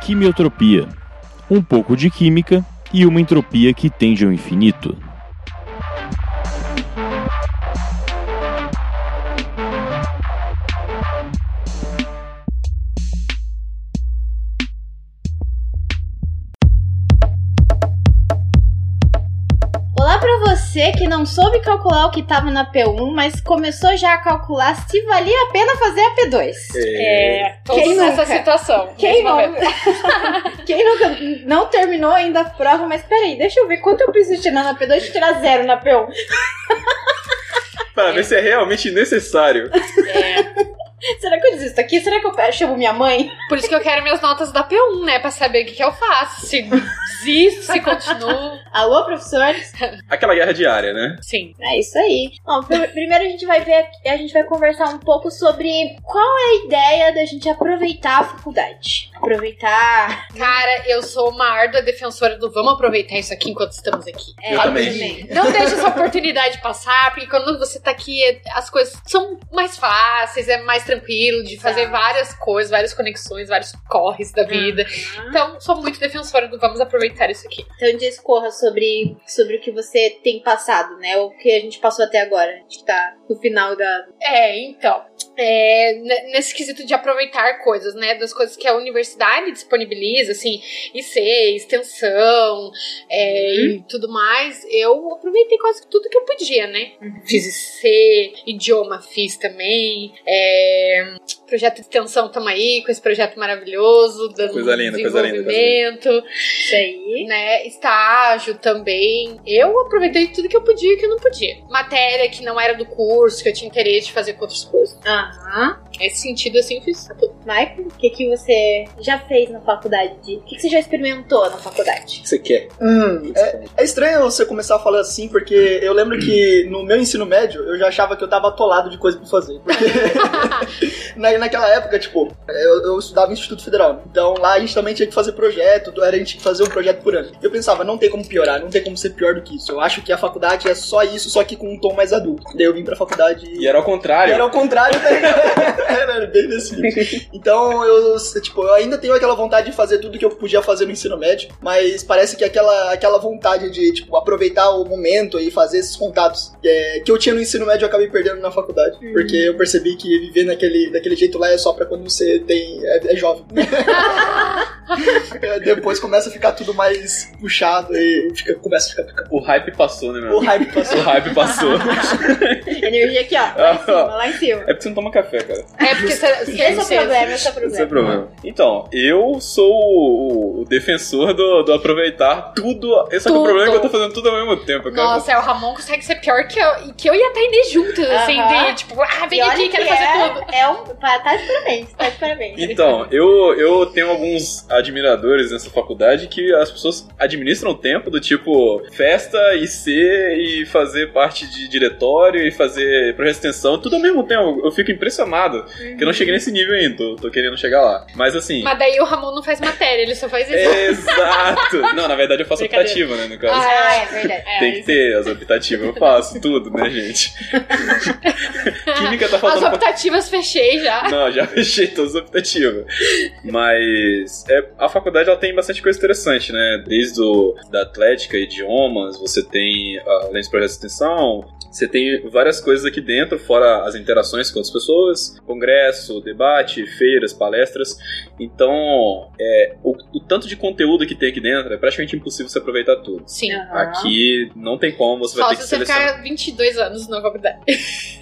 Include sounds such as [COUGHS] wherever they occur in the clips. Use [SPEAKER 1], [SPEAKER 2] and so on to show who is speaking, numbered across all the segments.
[SPEAKER 1] quimiotropia, um pouco de química e uma entropia que tende ao infinito.
[SPEAKER 2] Olá pra você que não soube calcular o que tava na P1, mas começou já a calcular se valia a pena fazer a P2.
[SPEAKER 3] É, tô
[SPEAKER 2] Quem
[SPEAKER 3] nessa
[SPEAKER 2] nunca?
[SPEAKER 3] situação.
[SPEAKER 2] Quem
[SPEAKER 3] não?
[SPEAKER 2] nunca, [LAUGHS] quem nunca não terminou ainda a prova, mas peraí, deixa eu ver quanto eu preciso tirar na P2, deixa eu tirar zero na P1.
[SPEAKER 4] Para ver se é realmente necessário.
[SPEAKER 3] É.
[SPEAKER 2] Será que eu desisto aqui? Será que eu pego, chamo minha mãe? [LAUGHS]
[SPEAKER 3] Por isso que eu quero minhas notas da P1, né? Pra saber o que, que eu faço. Se desisto, se continuo.
[SPEAKER 2] Alô, professores?
[SPEAKER 4] Aquela guerra diária, né?
[SPEAKER 3] Sim.
[SPEAKER 2] É isso aí. Bom, pr- primeiro a gente vai ver, a gente vai conversar um pouco sobre qual é a ideia da gente aproveitar a faculdade. Aproveitar.
[SPEAKER 3] Cara, eu sou uma árdua defensora do vamos aproveitar isso aqui enquanto estamos aqui.
[SPEAKER 2] É,
[SPEAKER 4] Eu também.
[SPEAKER 3] Não deixa essa oportunidade passar, porque quando você tá aqui, é- as coisas são mais fáceis, é mais tranquilo de fazer
[SPEAKER 2] Exato.
[SPEAKER 3] várias coisas, várias conexões, vários corres da vida. Então, sou muito defensora do vamos aproveitar isso aqui.
[SPEAKER 2] Então discorra sobre, sobre o que você tem passado, né? O que a gente passou até agora. A gente tá no final da.
[SPEAKER 3] É, então. é, n- nesse quesito de aproveitar coisas, né? Das coisas que a universidade disponibiliza, assim, IC, extensão é,
[SPEAKER 4] Uhum.
[SPEAKER 3] e tudo mais, eu aproveitei quase tudo que eu podia, né?
[SPEAKER 4] Uhum.
[SPEAKER 3] Fiz IC, idioma fiz também, é, projeto de extensão tamo aí, com esse projeto maravilhoso, dando
[SPEAKER 4] Coisa linda, coisa linda, coisa linda.
[SPEAKER 3] desenvolvimento
[SPEAKER 2] Isso aí.
[SPEAKER 3] né? Estágio também. Eu aproveitei tudo que eu podia e que eu não podia. Matéria que não era do curso, que eu tinha interesse de fazer com outros cursos.
[SPEAKER 2] Aham.
[SPEAKER 3] Nesse sentido, assim, eu fiz tudo.
[SPEAKER 2] Michael, o que, que você já fez na faculdade? de- O que, que você já experimentou na faculdade?
[SPEAKER 4] O que você quer?
[SPEAKER 5] É estranho você começar a falar assim, porque eu lembro que no meu ensino médio eu já achava que eu tava atolado de coisa pra fazer. Porque na, naquela época, tipo, eu, eu estudava em Instituto Federal. né? Então lá a gente também tinha que fazer projeto, era, a gente tinha que fazer um projeto por ano. Eu pensava, não tem como piorar, não tem como ser pior do que isso. Eu acho que a faculdade é só isso, só que com um tom mais adulto. Daí eu vim pra faculdade
[SPEAKER 4] E era ao contrário.
[SPEAKER 5] era o contrário, tá ligado? [LAUGHS] Era bem desse nível. Então, eu, tipo, eu ainda tenho aquela vontade de fazer tudo que eu podia fazer no ensino médio, mas parece que aquela, aquela vontade de, tipo, aproveitar o momento e fazer esses contatos é, que eu tinha no ensino médio eu acabei perdendo na faculdade, porque eu percebi que viver naquele, daquele jeito lá é só pra quando você tem, é, é jovem. [LAUGHS] É, Depois começa a ficar tudo mais puxado e fica, começa a ficar... fica-
[SPEAKER 4] O hype passou, né,
[SPEAKER 5] O
[SPEAKER 4] meu?
[SPEAKER 5] hype passou.
[SPEAKER 4] O hype passou.
[SPEAKER 2] [LAUGHS]
[SPEAKER 4] [LAUGHS]
[SPEAKER 2] Energia aqui, ó. Lá em cima, lá em cima.
[SPEAKER 4] É porque você não toma café, cara.
[SPEAKER 3] É porque você- você-
[SPEAKER 2] Esse é o
[SPEAKER 3] você-
[SPEAKER 2] problema, esse é o
[SPEAKER 4] Esse é
[SPEAKER 2] problema.
[SPEAKER 4] o problema. Então, eu sou o, o defensor do, do aproveitar tudo. Esse é o
[SPEAKER 3] Tudo.
[SPEAKER 4] problema é que eu tô fazendo tudo ao mesmo tempo, cara.
[SPEAKER 3] Nossa, é, o Ramon consegue ser pior que eu. E que eu e a Tainé juntas, assim,
[SPEAKER 2] Aham.
[SPEAKER 3] de tipo, ah, vem
[SPEAKER 2] E olha
[SPEAKER 3] aqui, quero
[SPEAKER 2] que
[SPEAKER 3] fazer
[SPEAKER 2] é,
[SPEAKER 3] tudo.
[SPEAKER 2] É um. Tá de parabéns, tá de parabéns.
[SPEAKER 4] Então, eu, eu tenho alguns admiradores nessa faculdade que as pessoas administram o tempo do tipo festa e ser e fazer parte de diretório e fazer projeto de extensão, tudo ao mesmo tempo. Eu fico impressionado que eu não cheguei nesse nível ainda, tô, tô querendo chegar lá. Mas assim.
[SPEAKER 3] Uhum. Mas daí o Ramon não faz matéria, ele só faz
[SPEAKER 4] É,
[SPEAKER 3] isso. [LAUGHS]
[SPEAKER 4] Exato! Não, na verdade eu faço
[SPEAKER 3] Brincadeira.
[SPEAKER 4] optativa, né, no caso.
[SPEAKER 2] Ah,
[SPEAKER 3] Ah,
[SPEAKER 2] é verdade.
[SPEAKER 3] é.
[SPEAKER 4] Tem que ter as optativas, eu faço tudo, né,
[SPEAKER 3] [LAUGHS]
[SPEAKER 4] gente? Química tá
[SPEAKER 3] As
[SPEAKER 4] faltando pra
[SPEAKER 3] optativas fechei já.
[SPEAKER 4] Não, já [LAUGHS] fechei todas as optativas. Mas é, a faculdade ela tem bastante coisa interessante, né? Desde o, da atlética, idiomas, você tem, ah, além dos projetos de extensão, você tem várias coisas aqui dentro, fora as interações com outras pessoas, congresso, debate, feiras, palestras. Então, é, o, o tanto de conteúdo que tem aqui dentro é praticamente impossível você aproveitar tudo.
[SPEAKER 3] Sim.
[SPEAKER 4] Aqui não tem como, você
[SPEAKER 3] Ah. Só
[SPEAKER 4] vai ter
[SPEAKER 3] se
[SPEAKER 4] que
[SPEAKER 3] você
[SPEAKER 4] selecionar.
[SPEAKER 3] ficar 22 anos na faculdade.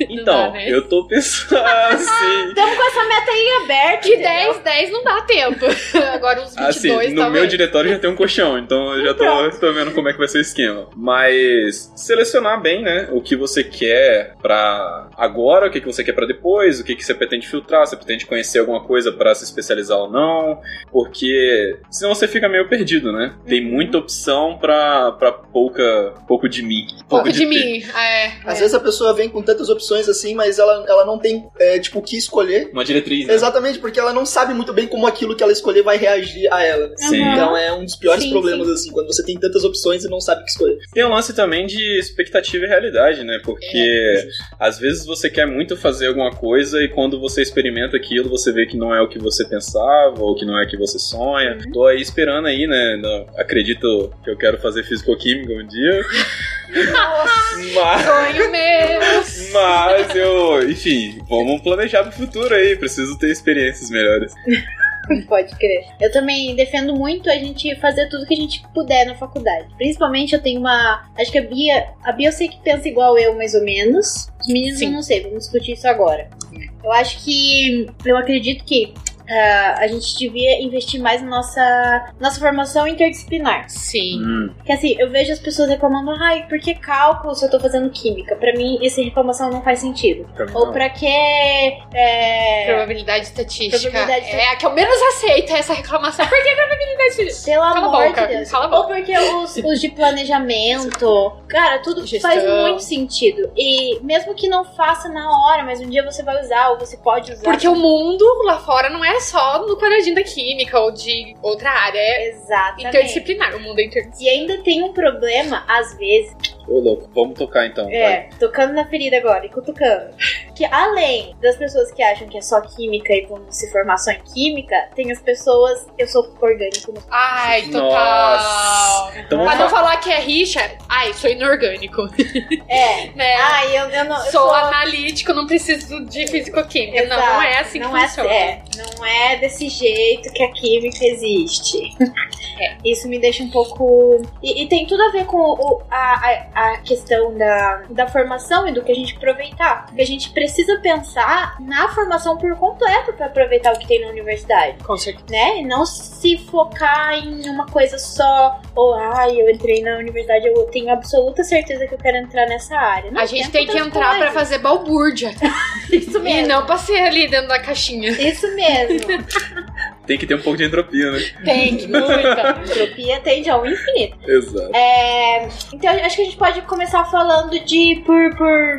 [SPEAKER 3] Não
[SPEAKER 4] Então,
[SPEAKER 3] dá, né?
[SPEAKER 4] eu tô pensando [LAUGHS] assim.
[SPEAKER 2] Estamos com essa meta aí aberta.
[SPEAKER 3] Que
[SPEAKER 2] entendeu?
[SPEAKER 3] 10, 10 não dá tempo. [LAUGHS] Agora uns 22
[SPEAKER 4] Assim, no
[SPEAKER 3] talvez.
[SPEAKER 4] meu diretório já tem um colchão, então eu já tô, tô vendo como é que vai ser o esquema. Mas selecionar bem, né? O que você quer pra agora, o que, que você quer pra depois, o que, que você pretende filtrar, você pretende conhecer alguma coisa pra se especializar ou não, porque senão você fica meio perdido, né? Tem
[SPEAKER 3] Uhum.
[SPEAKER 4] muita opção pra, pra pouca, um pouco de mim.
[SPEAKER 3] Pouco Ah, de
[SPEAKER 4] ter.
[SPEAKER 3] mim. [LAUGHS] É.
[SPEAKER 5] Às
[SPEAKER 3] É.
[SPEAKER 5] vezes a pessoa vem com tantas opções assim, mas ela, ela não tem, é, tipo, o que escolher.
[SPEAKER 4] Uma diretriz, né?
[SPEAKER 5] Exatamente, porque ela não sabe muito bem como aquilo que ela escolher vai reagir a ela. né?
[SPEAKER 4] Sim.
[SPEAKER 2] Aham.
[SPEAKER 5] Então é um dos piores
[SPEAKER 2] Sim,
[SPEAKER 5] problemas, assim, quando você tem tantas opções e não sabe o que escolher.
[SPEAKER 4] Tem um lance também de expectativa e realidade, né? Porque às vezes você quer muito fazer alguma coisa e quando você experimenta aquilo, você vê que não é o que você pensava ou que não é o que você sonha. Então tô aí esperando aí, né? Não, acredito que eu quero fazer fisicoquímica um dia. mas,
[SPEAKER 3] Sonho meu.
[SPEAKER 4] mas eu, enfim, vamos planejar pro futuro aí. Preciso ter experiências melhores.
[SPEAKER 2] [LAUGHS] Pode crer. Eu também defendo muito a gente fazer tudo que a gente puder na faculdade. Principalmente eu tenho uma. Acho que a Bia. A Bia eu sei que pensa igual eu, mais ou menos. Os meninos
[SPEAKER 3] Sim.
[SPEAKER 2] eu não sei, vamos discutir isso agora. Eu acho que. Eu acredito que. ah, a gente devia investir mais na nossa, nossa formação interdisciplinar.
[SPEAKER 3] Sim.
[SPEAKER 4] Hum,
[SPEAKER 2] Porque assim, eu vejo as pessoas reclamando, ai, por que cálculo se eu tô fazendo química? Pra mim, essa reclamação não faz sentido.
[SPEAKER 4] também
[SPEAKER 2] Ou
[SPEAKER 4] não.
[SPEAKER 2] pra que. É,
[SPEAKER 3] Probabilidade estatística.
[SPEAKER 2] Probabilidade
[SPEAKER 3] é a que eu menos aceito é essa reclamação. Por que probabilidade estatística?
[SPEAKER 2] Pelo
[SPEAKER 3] Cala a
[SPEAKER 2] amor
[SPEAKER 3] boca,
[SPEAKER 2] de Deus.
[SPEAKER 3] cala a
[SPEAKER 2] Ou
[SPEAKER 3] boca.
[SPEAKER 2] porque os, os de planejamento. Cara, tudo
[SPEAKER 3] Gestão.
[SPEAKER 2] faz muito sentido. E mesmo que não faça na hora, mas um dia você vai usar, ou você pode usar.
[SPEAKER 3] Porque o mundo lá fora não é só no quadradinho da química ou de outra área. É
[SPEAKER 2] Exatamente.
[SPEAKER 3] interdisciplinar. O mundo é interdisciplinar.
[SPEAKER 2] E ainda tem um problema, às vezes,
[SPEAKER 4] Ô, louco, vamos tocar então. vai.
[SPEAKER 2] é, tocando na ferida agora e cutucando, que além das pessoas que acham que é só química e vão se formar só em química, tem as pessoas, eu sou orgânico, não
[SPEAKER 3] Ai, total.
[SPEAKER 4] Nossa. Então vamos
[SPEAKER 3] Pra não
[SPEAKER 4] falar.
[SPEAKER 3] falar que é rixa, ai, sou inorgânico.
[SPEAKER 2] É.
[SPEAKER 3] Né?
[SPEAKER 2] Ah, eu, eu não. eu
[SPEAKER 3] sou, analítico, não preciso de fisicoquímica. Não, não é assim
[SPEAKER 2] não
[SPEAKER 3] que
[SPEAKER 2] é,
[SPEAKER 3] funciona.
[SPEAKER 2] É, não é desse jeito que a química
[SPEAKER 3] [LAUGHS]
[SPEAKER 2] existe.
[SPEAKER 3] É.
[SPEAKER 2] Isso me deixa um pouco. E, e tem tudo a ver com o- o- a, a, a questão da, da formação e do que a gente aproveitar. Porque a gente precisa pensar na formação por completo para aproveitar o que tem na universidade
[SPEAKER 3] Com certeza.
[SPEAKER 2] né? E não se focar em uma coisa só, ou ai, eu entrei na universidade, eu tenho absoluta certeza que eu quero entrar nessa área. Não,
[SPEAKER 3] A gente tem que
[SPEAKER 2] outras
[SPEAKER 3] entrar pra
[SPEAKER 2] coisas.
[SPEAKER 3] fazer balbúrdia.
[SPEAKER 2] [LAUGHS] Isso
[SPEAKER 3] E
[SPEAKER 2] mesmo.
[SPEAKER 3] não pra ser ali dentro da caixinha.
[SPEAKER 2] Isso mesmo.
[SPEAKER 4] Tem que ter um pouco de entropia, né?
[SPEAKER 3] [LAUGHS] Tem, [LAUGHS] muita.
[SPEAKER 2] Entropia tende ao infinito.
[SPEAKER 4] Exato.
[SPEAKER 2] É, então acho que a gente pode começar falando de por, por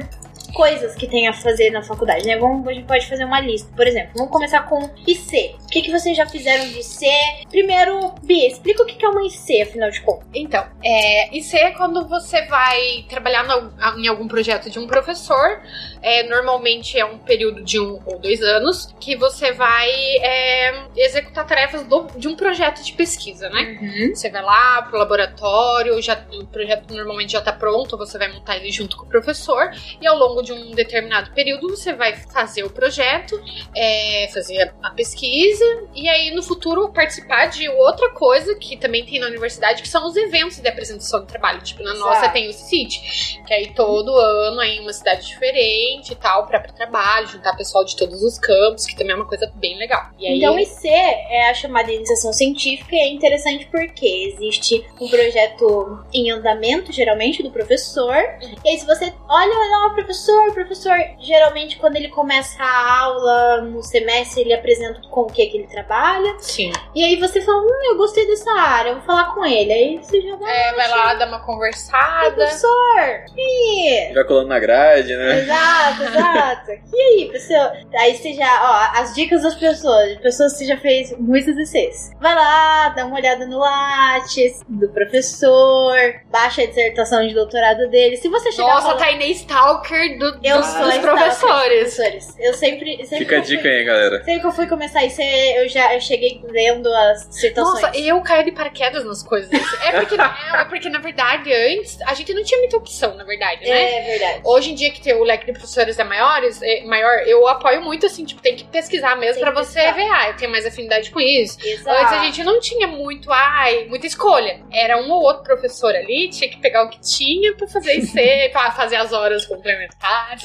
[SPEAKER 2] coisas que tem a fazer na faculdade, né? Vamos, a gente pode fazer uma lista, por exemplo. Vamos começar com IC. O que, que vocês já fizeram de IC? Primeiro, Bia, explica o que, que é uma IC, afinal de contas.
[SPEAKER 3] Então, é, IC é quando você vai trabalhar no- em algum projeto de um professor. É, normalmente é um período de um ou dois anos que você vai é, executar tarefas do- de um projeto de pesquisa, né? Você vai lá pro laboratório, já, o projeto normalmente já tá pronto, você vai montar ele junto com o professor. E ao longo de um determinado período você vai fazer o projeto, é, fazer a pesquisa e aí no futuro participar de outra coisa que também tem na universidade, que são os eventos de apresentação de trabalho. Tipo, na nossa
[SPEAKER 2] Exato.
[SPEAKER 3] tem o CIT, que aí todo ano aí em uma cidade diferente e tal, para trabalho, juntar pessoal de todos os campos, que também é uma coisa bem legal. E aí,
[SPEAKER 2] Então, IC é a chamada iniciação científica e é interessante porque existe um projeto em andamento, geralmente, do professor. E aí, se você olha, olha lá, professor, o professor, geralmente, quando ele começa a aula no semestre, ele apresenta com o que, que ele trabalha.
[SPEAKER 3] sim.
[SPEAKER 2] E aí você fala, hum, eu gostei dessa área, eu vou falar com ele. Aí você já vai,
[SPEAKER 3] É, vai lá dar uma
[SPEAKER 2] "Ah,
[SPEAKER 3] conversada.
[SPEAKER 2] professor, e
[SPEAKER 4] Vai colando na grade, né?
[SPEAKER 2] Exato, exato. E aí, pessoal? Aí você já, ó, as dicas das pessoas, de pessoas que já fez muitos ICs. Vai lá, dá uma olhada no Lattes, do professor, baixa a dissertação de doutorado dele. Se você chegar
[SPEAKER 3] Nossa,
[SPEAKER 2] falando,
[SPEAKER 3] Tainé Stalker do,
[SPEAKER 2] eu
[SPEAKER 3] dos,
[SPEAKER 2] sou
[SPEAKER 3] dos
[SPEAKER 2] essa-
[SPEAKER 3] professores.
[SPEAKER 2] professores. Eu sempre, sempre
[SPEAKER 4] Fica a
[SPEAKER 2] que eu
[SPEAKER 4] dica
[SPEAKER 2] fui-
[SPEAKER 4] aí, galera.
[SPEAKER 2] Sempre que eu fui começar isso, eu já eu cheguei lendo as dissertações.
[SPEAKER 3] Nossa, eu caio de paraquedas nas coisas. É porque, é porque, na verdade, antes a gente não tinha muita opção, na verdade, né?
[SPEAKER 2] É verdade.
[SPEAKER 3] Hoje em dia que tem o leque de professores é, maiores, é maior, eu apoio muito, assim, tipo, tem que pesquisar mesmo
[SPEAKER 2] Tem que
[SPEAKER 3] pra você
[SPEAKER 2] pesquisar.
[SPEAKER 3] ver, ah, eu tenho mais afinidade com isso.
[SPEAKER 2] Exato.
[SPEAKER 3] Antes a gente não tinha muito, ai, muita escolha. Era um ou outro professor ali, tinha que pegar o que tinha pra fazer
[SPEAKER 2] [LAUGHS]
[SPEAKER 3] IC, pra fazer as horas complementares.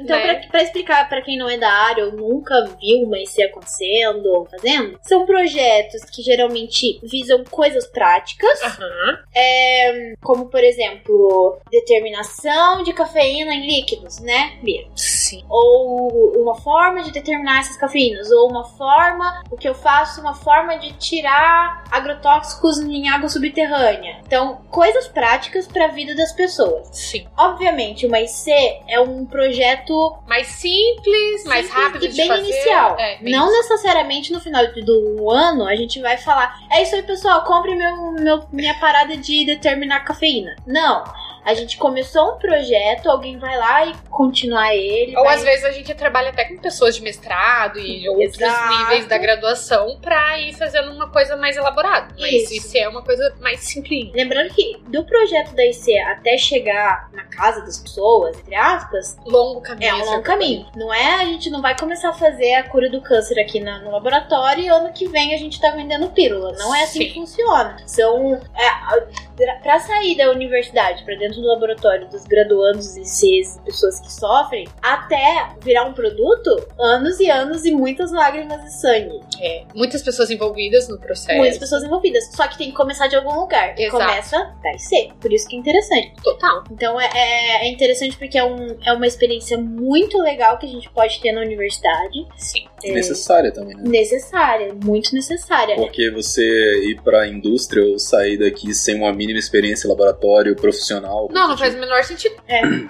[SPEAKER 2] Então,
[SPEAKER 3] né?
[SPEAKER 2] pra, pra explicar pra quem não é da área ou nunca viu uma IC acontecendo ou fazendo, são projetos que geralmente visam coisas práticas,
[SPEAKER 3] Ah.
[SPEAKER 2] é,
[SPEAKER 3] Aham.
[SPEAKER 2] como, por exemplo, determinação de cafeína em líquidos, né, Bia?
[SPEAKER 3] Sim.
[SPEAKER 2] Ou uma forma de determinar essas cafeínas, ou uma forma, o que eu faço, uma forma de tirar agrotóxicos em água subterrânea. Então, coisas práticas pra vida das pessoas.
[SPEAKER 3] Sim.
[SPEAKER 2] Obviamente, uma IC é um projeto
[SPEAKER 3] Mais simples, mais
[SPEAKER 2] Simples
[SPEAKER 3] rápido
[SPEAKER 2] e
[SPEAKER 3] de
[SPEAKER 2] bem
[SPEAKER 3] fazer.
[SPEAKER 2] inicial.
[SPEAKER 3] É, bem
[SPEAKER 2] não necessariamente no final do ano a gente vai falar, é isso aí, pessoal, compre meu, meu- minha parada de determinar cafeína. Não. A gente começou um projeto, alguém vai lá e continuar ele.
[SPEAKER 3] Ou
[SPEAKER 2] vai-
[SPEAKER 3] às vezes a gente trabalha até com pessoas de mestrado e outros
[SPEAKER 2] Exato.
[SPEAKER 3] níveis da graduação pra ir fazendo uma coisa mais elaborada. Mas
[SPEAKER 2] Isso.
[SPEAKER 3] isso, é uma coisa mais simplinha.
[SPEAKER 2] Lembrando que do projeto da IC até chegar na casa das pessoas, entre aspas,
[SPEAKER 3] Longo caminho.
[SPEAKER 2] é um
[SPEAKER 3] essa
[SPEAKER 2] longo caminho. Não é, a gente não vai começar a fazer a cura do câncer aqui na- no laboratório e ano que vem a gente tá vendendo pílula. Não é assim
[SPEAKER 3] Sim.
[SPEAKER 2] que funciona. São. É, a- pra- pra sair da universidade, pra dentro do laboratório dos graduandos e CEs, pessoas que sofrem, até virar um produto, anos e anos e muitas lágrimas e sangue.
[SPEAKER 3] É, muitas pessoas envolvidas no processo.
[SPEAKER 2] Muitas pessoas envolvidas. Só que tem que começar de algum lugar. E
[SPEAKER 3] É Exato.
[SPEAKER 2] Começa da IC. Por isso que é interessante.
[SPEAKER 3] Total.
[SPEAKER 2] Então é, é- é interessante porque é, um- é uma experiência muito legal que a gente pode ter na universidade.
[SPEAKER 3] Sim.
[SPEAKER 2] É
[SPEAKER 4] Necessária também, né?
[SPEAKER 2] necessária, muito necessária. né?
[SPEAKER 4] Porque você ir pra indústria ou sair daqui sem uma mínima experiência em laboratório profissional. tipo,
[SPEAKER 3] Não, não faz o menor sentido.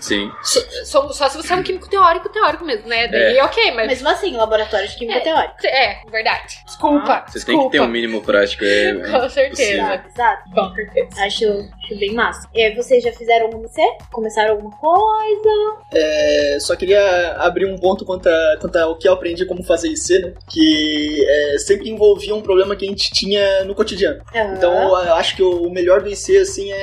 [SPEAKER 4] Sim.
[SPEAKER 3] So- Só, só se você é um químico teórico, teórico mesmo, né? Daí
[SPEAKER 4] É.
[SPEAKER 3] ok,
[SPEAKER 5] é
[SPEAKER 3] mas.
[SPEAKER 2] Mesmo assim, laboratório de química teórica. Tá?
[SPEAKER 3] É, verdade. Desculpa.
[SPEAKER 4] Você tem que
[SPEAKER 3] desculpa.
[SPEAKER 4] ter um mínimo prático. É, é
[SPEAKER 3] Com certeza.
[SPEAKER 5] né?
[SPEAKER 2] Exato, exato.
[SPEAKER 3] Com certeza.
[SPEAKER 2] Acho, acho bem massa. E aí, vocês já fizeram algum C? Começaram alguma coisa?
[SPEAKER 5] É, só queria abrir um ponto quanto, a, quanto ao que eu aprendi como fazer IC, né? Que é, sempre envolvia um problema que a gente tinha no cotidiano.
[SPEAKER 2] Aham.
[SPEAKER 5] Então eu acho que o melhor do IC, assim, é,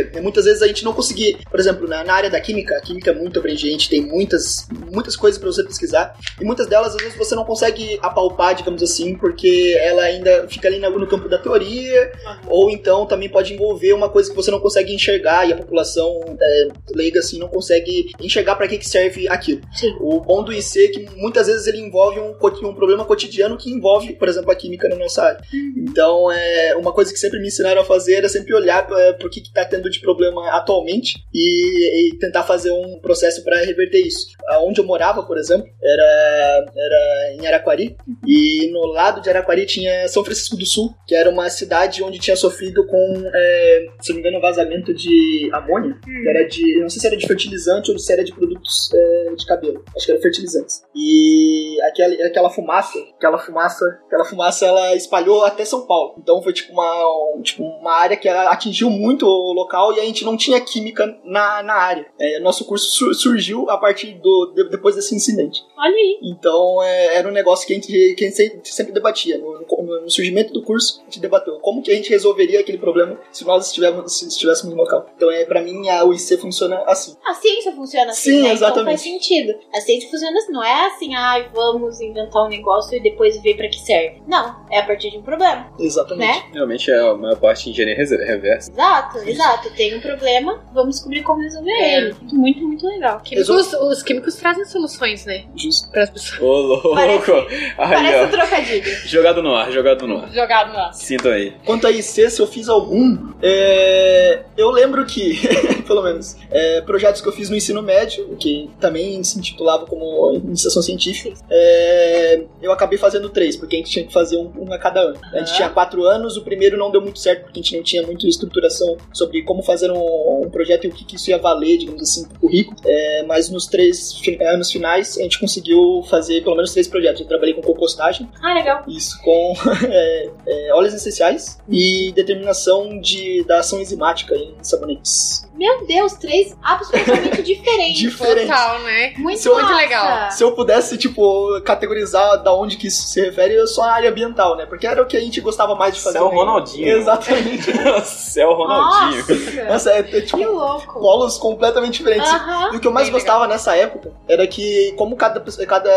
[SPEAKER 5] é- é muitas vezes a gente não conseguir, por exemplo, na, na área da química, a química é muito abrangente, tem muitas, muitas coisas pra você pesquisar, e muitas delas às vezes você não consegue apalpar, digamos assim, porque ela ainda fica ali na- no campo da teoria, ou então também pode envolver uma coisa que você não consegue enxergar e a população é, leiga, assim, não consegue enxergar pra que, que serve aquilo.
[SPEAKER 2] Sim.
[SPEAKER 5] O bom do IC é que muitas vezes ele envolve um, co- um problema cotidiano que envolve, por exemplo, a química na nossa área.
[SPEAKER 2] Uhum.
[SPEAKER 5] Então, é, uma coisa que sempre me ensinaram a fazer era sempre olhar para o que está tendo de problema atualmente e, e tentar fazer um processo para reverter isso. Onde eu morava, por exemplo, era, era em Araquari e no lado de Araquari tinha São Francisco do Sul, que era uma cidade onde tinha sofrido com, é, se não me engano, vazamento de amônia, que era de, eu não sei se era de fertilizante ou se era de produtos é, de cabelo. Acho que era fertilizantes. E aquela, aquela fumaça, aquela fumaça, aquela fumaça, ela espalhou até São Paulo. Então foi tipo uma, um- tipo, uma área que ela atingiu muito o local e a gente não tinha química na, na área. É, nosso curso sur- surgiu a partir do de- depois desse incidente.
[SPEAKER 2] Olha aí.
[SPEAKER 5] Então é, era um negócio que a gente, que a gente se- sempre debatia. No, no- no surgimento do curso, a gente debateu como que a gente resolveria aquele problema se nós estivéssemos, se estivéssemos no local. Então é para mim a UIC funciona assim.
[SPEAKER 2] A ciência funciona assim,
[SPEAKER 5] Sim,
[SPEAKER 2] né? Então
[SPEAKER 5] exatamente.
[SPEAKER 2] faz sentido. A ciência funciona assim, não é assim, ai, vamos inventar um negócio e depois ver pra que serve. Não, é a partir de um problema.
[SPEAKER 5] Exatamente.
[SPEAKER 2] Né?
[SPEAKER 4] Realmente é a maior parte de engenharia reser- reversa.
[SPEAKER 2] Exato, exato. Tem um problema, vamos descobrir como resolver
[SPEAKER 3] É.
[SPEAKER 2] ele. Muito, muito legal.
[SPEAKER 3] Químicos, os químicos trazem soluções, né?
[SPEAKER 5] Justo.
[SPEAKER 3] Para as
[SPEAKER 4] [LAUGHS]
[SPEAKER 3] pessoas.
[SPEAKER 4] Ô, louco!
[SPEAKER 2] Parece-
[SPEAKER 4] Aí,
[SPEAKER 2] Parece um
[SPEAKER 4] ó.
[SPEAKER 2] trocadilho.
[SPEAKER 4] Jogado no ar, jogado no ar.
[SPEAKER 3] Jogado lá.
[SPEAKER 4] Sinta aí. [LAUGHS]
[SPEAKER 5] Quanto a IC, se eu fiz algum, é, eu lembro que, [LAUGHS] pelo menos, é, projetos que eu fiz no ensino médio, que também se intitulava como iniciação científica, é, eu acabei fazendo três, porque a gente tinha que fazer um, um a cada ano. A gente tinha quatro anos, o primeiro não deu muito certo, porque a gente não tinha muita estruturação sobre como fazer um, um projeto e o que, que isso ia valer, digamos assim, pro currículo. É, mas nos três fi- anos finais, a gente conseguiu fazer pelo menos três projetos. Eu trabalhei com compostagem,
[SPEAKER 2] Ah, legal.
[SPEAKER 5] isso com [LAUGHS] é, é, óleos essenciais e determinação de, da ação enzimática em sabonetes.
[SPEAKER 2] Meu Deus, três absolutamente diferentes.
[SPEAKER 5] Diferente.
[SPEAKER 3] Total, né?
[SPEAKER 2] Muito,
[SPEAKER 5] Isso é
[SPEAKER 3] muito
[SPEAKER 2] massa.
[SPEAKER 3] legal.
[SPEAKER 5] Se eu pudesse, tipo, categorizar da onde que isso se refere, eu sou a área ambiental, né? Porque era o que a gente gostava mais de fazer.
[SPEAKER 4] Céu
[SPEAKER 5] né?
[SPEAKER 4] Ronaldinho.
[SPEAKER 5] Exatamente.
[SPEAKER 4] Céu é Ronaldinho.
[SPEAKER 2] Nossa,
[SPEAKER 5] Nossa, é, é,
[SPEAKER 2] que
[SPEAKER 5] tipo,
[SPEAKER 2] louco.
[SPEAKER 5] polos completamente diferentes.
[SPEAKER 2] Aham.
[SPEAKER 5] E o que eu mais
[SPEAKER 3] Bem
[SPEAKER 5] gostava nessa época era que, como cada pessoa- cada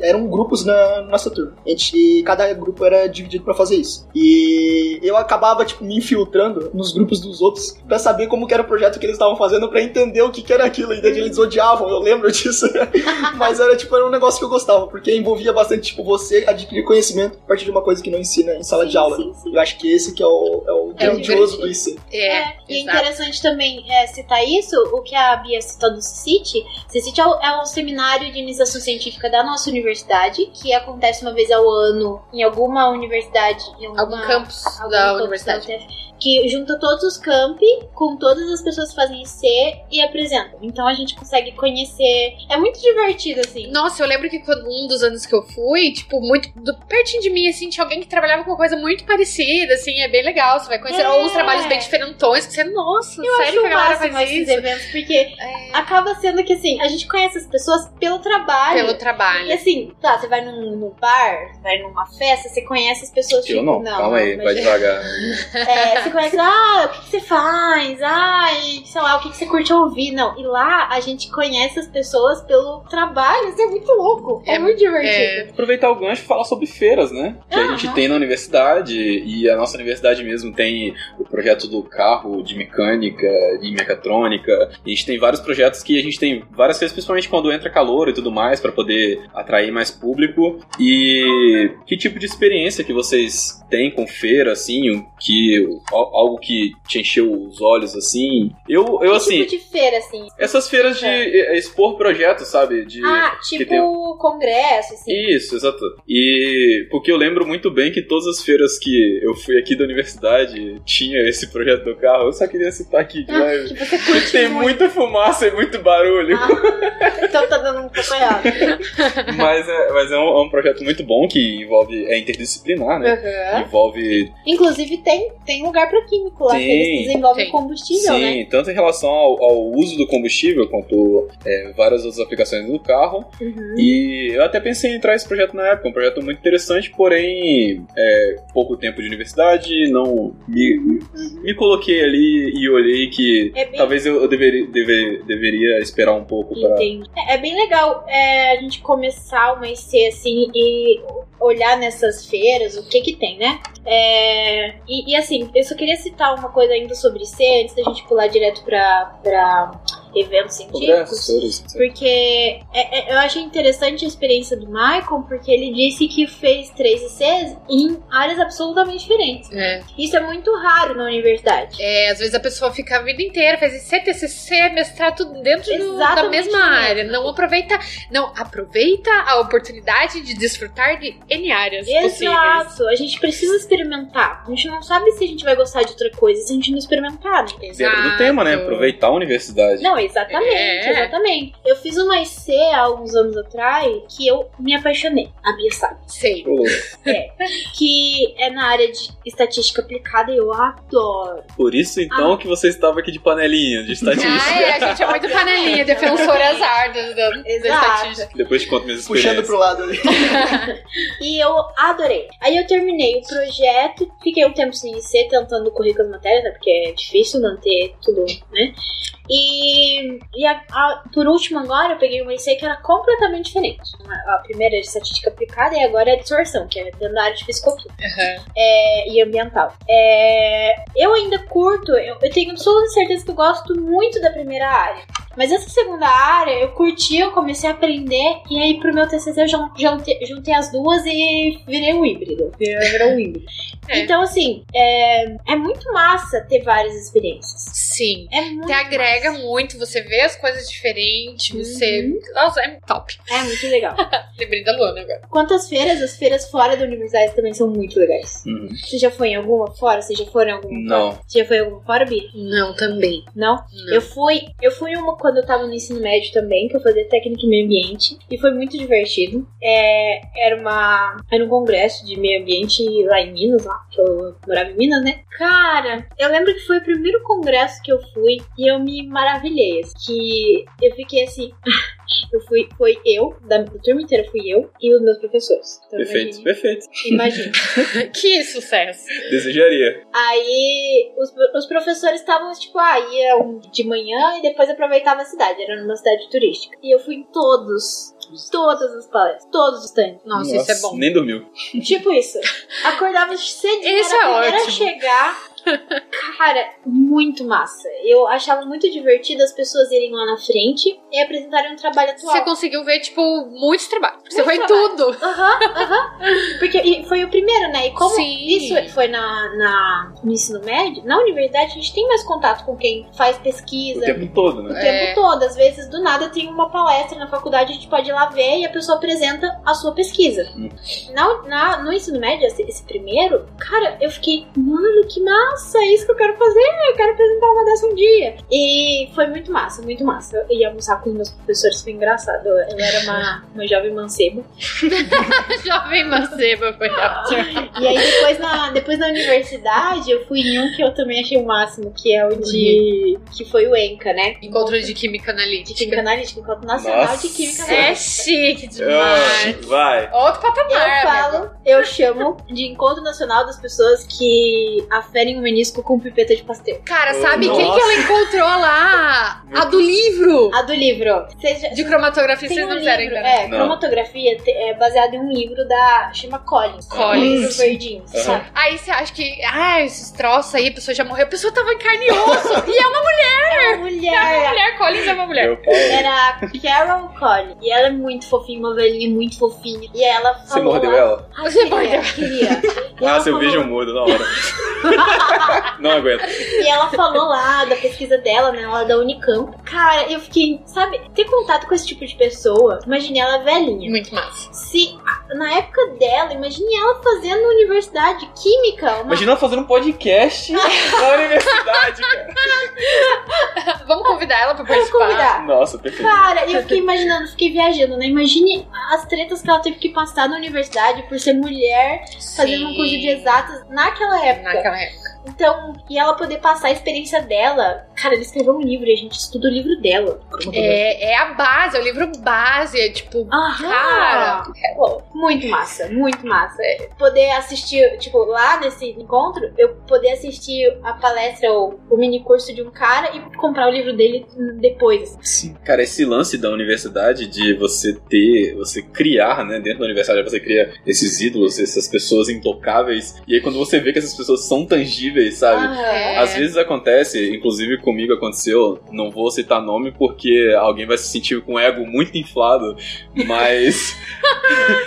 [SPEAKER 5] eram grupos na nossa turma, a gente, e cada grupo era dividido pra fazer isso. E eu acabava tipo me infiltrando nos grupos dos outros pra saber como que era o projeto que eles estavam fazendo pra entender o que, que era aquilo. E daí eles odiavam, eu lembro [LAUGHS] disso. Mas era tipo era um negócio que eu gostava, porque envolvia bastante tipo você adquirir conhecimento a partir de uma coisa que não ensina em sala
[SPEAKER 2] Sim,
[SPEAKER 5] de aula.
[SPEAKER 2] sim, sim.
[SPEAKER 5] Eu acho que esse que é o, é o grandioso do IC.
[SPEAKER 3] É.
[SPEAKER 2] É, e é
[SPEAKER 3] exato.
[SPEAKER 2] interessante também é, citar isso, o que a Bia citou do CIT. CIT é, o- é um seminário de iniciação científica da nossa universidade, que acontece uma vez ao ano em alguma universidade, em alguma,
[SPEAKER 3] Algum campus
[SPEAKER 2] algum
[SPEAKER 3] da
[SPEAKER 2] campus
[SPEAKER 3] universidade.
[SPEAKER 2] da UTF. que junta todos os campi com todas as pessoas que fazem IC e apresentam. Então a gente consegue conhecer. É muito divertido, assim.
[SPEAKER 3] Nossa, eu lembro que quando um dos anos que eu fui, tipo, muito do- pertinho de mim, assim, tinha alguém que trabalhava com uma coisa muito parecida, assim, é bem legal. Você vai conhecer
[SPEAKER 2] É.
[SPEAKER 3] alguns trabalhos bem diferentões, que você, nossa,
[SPEAKER 2] Eu
[SPEAKER 3] sério
[SPEAKER 2] acho
[SPEAKER 3] que a
[SPEAKER 2] o
[SPEAKER 3] galera
[SPEAKER 2] máximo
[SPEAKER 3] faz
[SPEAKER 2] esses
[SPEAKER 3] isso? É.
[SPEAKER 2] eventos, porque acaba sendo que assim, a gente conhece as pessoas pelo trabalho.
[SPEAKER 3] Pelo trabalho.
[SPEAKER 2] E assim, tá, você vai num, num bar, vai numa festa, você conhece as pessoas.
[SPEAKER 4] Eu não, calma aí,
[SPEAKER 2] mas-
[SPEAKER 4] vai devagar. [LAUGHS]
[SPEAKER 2] É, você conhece, ah, o que, que você faz? Ah, e, sei lá, o que, que você curte ouvir? Não, e lá a gente conhece as pessoas pelo trabalho, isso é muito louco, é,
[SPEAKER 3] É,
[SPEAKER 2] muito divertido.
[SPEAKER 3] é.
[SPEAKER 4] Aproveitar o gancho e falar sobre feiras, né? Que a gente
[SPEAKER 2] Aham.
[SPEAKER 4] tem na universidade, e a nossa universidade mesmo tem o projeto do carro, de mecânica, de mecatrônica. A gente tem vários projetos que a gente tem várias vezes, principalmente quando entra calor e tudo mais, pra poder atrair mais público. E que tipo de experiência que vocês têm com feira, assim, o que al- algo que te encheu os olhos, assim? Eu, eu
[SPEAKER 2] Que
[SPEAKER 4] assim,
[SPEAKER 2] tipo de feira, assim?
[SPEAKER 4] essas feiras de eh, expor projetos, sabe? De
[SPEAKER 2] ah,
[SPEAKER 4] tem
[SPEAKER 2] tipo congresso, assim.
[SPEAKER 4] isso, exato. E porque eu lembro muito bem que todas as feiras que eu fui aqui da universidade tinha esse projeto do carro. Eu só queria citar aqui,
[SPEAKER 2] [LAUGHS]
[SPEAKER 4] de
[SPEAKER 2] Ah,
[SPEAKER 4] leve.
[SPEAKER 2] que você curte
[SPEAKER 4] Tem
[SPEAKER 2] muito.
[SPEAKER 4] muita fumaça e muito barulho.
[SPEAKER 2] [LAUGHS] Ah, então tá dando um pouco errado.
[SPEAKER 4] Mas é, mas é um, é um projeto muito bom que envolve. É interdisciplinar, né?
[SPEAKER 2] Aham.
[SPEAKER 4] Envolve.
[SPEAKER 2] Inclusive tem, tem lugar pra químico lá, que
[SPEAKER 4] Tem,
[SPEAKER 2] eles desenvolvem
[SPEAKER 3] tem.
[SPEAKER 2] combustível,
[SPEAKER 4] sim,
[SPEAKER 2] né?
[SPEAKER 4] tanto em relação ao, ao uso do combustível quanto é, várias outras aplicações do carro.
[SPEAKER 2] Uhum.
[SPEAKER 4] E eu até pensei em entrar nesse projeto na época, um projeto muito interessante, porém, é, pouco tempo de universidade, não me, me coloquei ali e olhei que
[SPEAKER 2] É bem-
[SPEAKER 4] talvez eu, eu deveria, dever- deveria esperar um pouco para
[SPEAKER 2] Entendi. É, é bem legal é, a gente começar uma IC assim e olhar nessas feiras o que que tem, né? É, e, e, assim, eu só queria citar uma coisa ainda sobre IC antes da gente pular direto pra, pra eventos científicos.
[SPEAKER 4] congressos.
[SPEAKER 2] Porque é- é- eu achei interessante a experiência do Michael, porque ele disse que fez três ICs em áreas absolutamente diferentes.
[SPEAKER 3] É.
[SPEAKER 2] Isso é muito raro na universidade.
[SPEAKER 3] É, às vezes a pessoa fica a vida inteira, faz IC, TCC, é mestrado, tudo dentro do- da
[SPEAKER 2] Exatamente
[SPEAKER 3] mesma
[SPEAKER 2] mesmo.
[SPEAKER 3] área. Não aproveita, não aproveita a oportunidade de desfrutar de N áreas possíveis.
[SPEAKER 2] Exato, a gente precisa experimentar. A gente não sabe se a gente vai gostar de outra coisa se a gente não experimentar, não entendeu?
[SPEAKER 4] Dentro do tema, né? Aproveitar a universidade.
[SPEAKER 2] Não, exatamente,
[SPEAKER 3] É.
[SPEAKER 2] exatamente. Eu fiz uma IC há alguns anos atrás que eu me apaixonei, a Bia sabe.
[SPEAKER 3] Sei.
[SPEAKER 4] Pô,
[SPEAKER 2] Que é na área de estatística aplicada e eu adoro.
[SPEAKER 4] Por isso, então, que você estava aqui de panelinha, de
[SPEAKER 3] Ah,
[SPEAKER 4] estatística.
[SPEAKER 3] é, a gente é muito panelinha, defensoras árduas né? da, da
[SPEAKER 2] Exato.
[SPEAKER 3] estatística.
[SPEAKER 4] Depois te conto minhas
[SPEAKER 5] Puxando
[SPEAKER 4] experiências.
[SPEAKER 5] pro lado ali.
[SPEAKER 2] E eu adorei. Aí eu terminei o projeto, fiquei um tempo sem IC, tentando correr com as matérias, né? Porque é difícil manter tudo, né? E, e a- a- por último agora eu peguei uma IC que era completamente diferente. A, a primeira é de estatística aplicada e agora é de distorção, que é dentro da área de fisicultura
[SPEAKER 3] Aham.
[SPEAKER 2] É, e ambiental. É, eu ainda curto, eu, eu tenho absoluta certeza que eu gosto muito da primeira área. Mas essa segunda área eu curti, eu comecei a aprender, e aí pro meu TCC eu jun- juntei, juntei as duas e virei um híbrido. Virou um [LAUGHS] híbrido.
[SPEAKER 3] É.
[SPEAKER 2] Então, assim, é, é muito massa ter várias experiências.
[SPEAKER 3] Sim.
[SPEAKER 2] É muito
[SPEAKER 3] Te agrega
[SPEAKER 2] massa.
[SPEAKER 3] muito, você vê as coisas diferentes, você.
[SPEAKER 2] Uhum.
[SPEAKER 3] Nossa, é top.
[SPEAKER 2] É muito legal.
[SPEAKER 3] Lembrei da Luana agora.
[SPEAKER 2] Quantas feiras? As feiras fora da universidade também são muito legais.
[SPEAKER 4] Uhum.
[SPEAKER 2] Você já foi em alguma fora? Você já foi em alguma
[SPEAKER 4] Não.
[SPEAKER 2] fora? Você já foi em alguma fora, Bia?
[SPEAKER 3] Não, também.
[SPEAKER 2] Não?
[SPEAKER 3] Não.
[SPEAKER 2] Eu fui, eu fui uma quando eu tava no ensino médio também, que eu fazia técnica em meio ambiente, e foi muito divertido. É, era uma. Era um congresso de meio ambiente lá em Minas, lá, que eu morava em Minas, né? Cara, eu lembro que foi o primeiro congresso que eu fui e eu me maravilhei. assim, Que eu fiquei assim. [LAUGHS] Eu fui, foi eu, da, da turma inteira fui eu e os meus professores. Então,
[SPEAKER 4] Perfeito, perfeito.
[SPEAKER 2] Imagina.
[SPEAKER 3] Que sucesso.
[SPEAKER 4] Desejaria.
[SPEAKER 2] Aí os, os professores estavam, tipo, ah, iam de manhã e depois aproveitava a cidade, era numa cidade turística. E eu fui em todos, todas as palestras, todos os tanques.
[SPEAKER 3] [LAUGHS] Nossa, isso é bom.
[SPEAKER 4] Nem dormiu.
[SPEAKER 2] Tipo isso. Acordava cedinho,
[SPEAKER 3] Isso
[SPEAKER 2] era a
[SPEAKER 3] é
[SPEAKER 2] primeira
[SPEAKER 3] ótimo.
[SPEAKER 2] a chegar. Cara, muito massa. Eu achava muito divertido as pessoas irem lá na frente e apresentarem um trabalho atual.
[SPEAKER 3] Você conseguiu ver, tipo, muitos trabalhos. Você
[SPEAKER 2] Muito
[SPEAKER 3] foi em
[SPEAKER 2] trabalho.
[SPEAKER 3] tudo.
[SPEAKER 2] Aham, aham. Porque e foi o primeiro, né? E como
[SPEAKER 3] Sim.
[SPEAKER 2] isso foi na, na- no ensino médio, na universidade a gente tem mais contato com quem faz
[SPEAKER 4] O
[SPEAKER 2] pesquisa.
[SPEAKER 4] tempo todo,
[SPEAKER 2] O
[SPEAKER 4] né?
[SPEAKER 3] É.
[SPEAKER 2] tempo todo, às vezes do nada tem uma palestra na faculdade, a gente pode ir lá ver e a pessoa apresenta a sua pesquisa.
[SPEAKER 4] Hum.
[SPEAKER 2] Na, na- no ensino médio, esse, esse primeiro, cara, eu fiquei, mano, que massa! nossa, é isso que eu quero fazer, eu quero apresentar uma dessa um dia. E foi muito massa, muito massa. Eu ia almoçar com os meus professores, foi engraçado. Eu eu era uma, uma jovem mancebo.
[SPEAKER 3] [LAUGHS] Jovem manceba foi
[SPEAKER 2] [LAUGHS]
[SPEAKER 3] ótimo.
[SPEAKER 2] E aí depois na, depois na universidade eu fui em um que eu também achei o máximo, que é o de. que foi o ENCA, né?
[SPEAKER 3] Encontro de química
[SPEAKER 2] de
[SPEAKER 3] analítica.
[SPEAKER 2] Química Analítica, Encontro Nacional de
[SPEAKER 4] Nossa.
[SPEAKER 2] Química
[SPEAKER 3] É
[SPEAKER 2] Analítica.
[SPEAKER 3] chique
[SPEAKER 4] Ah,
[SPEAKER 3] demais.
[SPEAKER 4] vai.
[SPEAKER 3] Outro
[SPEAKER 2] Eu
[SPEAKER 3] patamar. amigo.
[SPEAKER 2] falo, eu chamo Ah, é, [LAUGHS] de Encontro Nacional das pessoas que aferem o menisco com pipeta de pastel.
[SPEAKER 3] Cara,
[SPEAKER 4] Oh,
[SPEAKER 3] sabe quem que
[SPEAKER 4] nossa.
[SPEAKER 3] ela encontrou lá? A do livro
[SPEAKER 2] A do livro. Vocês já-
[SPEAKER 3] de cromatografia,
[SPEAKER 2] Tem
[SPEAKER 3] vocês
[SPEAKER 2] um
[SPEAKER 3] não
[SPEAKER 2] livro,
[SPEAKER 3] fizeram ainda. né?
[SPEAKER 2] é,
[SPEAKER 4] Não.
[SPEAKER 2] cromatografia te- é baseado em um livro da. chama Collins.
[SPEAKER 3] Collins.
[SPEAKER 2] Um livro verdinho,
[SPEAKER 4] Aham.
[SPEAKER 2] sabe?
[SPEAKER 3] Aí você acha que, ah, esses troços aí, a pessoa já morreu, a pessoa tava em carne
[SPEAKER 2] [LAUGHS]
[SPEAKER 3] e osso. e é uma
[SPEAKER 2] Uma
[SPEAKER 3] mulher,
[SPEAKER 2] mulher.
[SPEAKER 3] mulher, Collins é uma mulher.
[SPEAKER 4] Meu pau.
[SPEAKER 2] Era a Carol Collins. E ela é muito fofinha, uma velhinha muito fofinha. E ela falou.
[SPEAKER 4] Você mordeu
[SPEAKER 2] lá-
[SPEAKER 4] ela?
[SPEAKER 2] Ai,
[SPEAKER 3] Você
[SPEAKER 2] Você
[SPEAKER 3] mordeu.
[SPEAKER 2] mordeu. Queria. E ela
[SPEAKER 4] Ah, seu
[SPEAKER 2] falou-
[SPEAKER 4] vídeo muda na [LAUGHS] hora. Não aguento.
[SPEAKER 2] E ela falou lá da pesquisa dela, né? Lá da Unicamp. Cara, eu fiquei, sabe, ter contato com esse tipo de pessoa, imagine ela velhinha.
[SPEAKER 3] Muito massa.
[SPEAKER 2] Se na época dela, imagine ela fazendo universidade química, uma
[SPEAKER 4] Imagina ela fazendo um podcast na universidade, cara.
[SPEAKER 3] Tá, Vamos convidar ela pra
[SPEAKER 2] Vamos
[SPEAKER 3] participar.
[SPEAKER 2] convidar.
[SPEAKER 4] Nossa, perfeito.
[SPEAKER 2] Cara, e eu fiquei imaginando, fiquei viajando, né? Imagine as tretas que ela teve que passar na universidade por ser mulher, fazendo um curso de exatas naquela época.
[SPEAKER 3] Naquela época.
[SPEAKER 2] Então, e ela poder passar a experiência dela. Cara, ela escreveu um livro e a gente estuda o livro dela.
[SPEAKER 3] É, é a base, é o livro base, é tipo.
[SPEAKER 2] Aham.
[SPEAKER 3] Cara,
[SPEAKER 2] muito massa, muito massa. É, Poder assistir, tipo, lá nesse encontro, eu poder assistir a palestra ou o mini curso de um cara e comprar o livro dele depois. assim.
[SPEAKER 4] Sim. Cara, esse lance da universidade de você ter, você criar, né? Dentro da universidade você cria esses ídolos, essas pessoas intocáveis. E aí quando você vê que essas pessoas são tangíveis, sabe?
[SPEAKER 2] Aham.
[SPEAKER 3] É.
[SPEAKER 4] Às vezes acontece, inclusive comigo aconteceu, não vou citar nome porque alguém vai se sentir com o ego muito inflado, mas. [LAUGHS]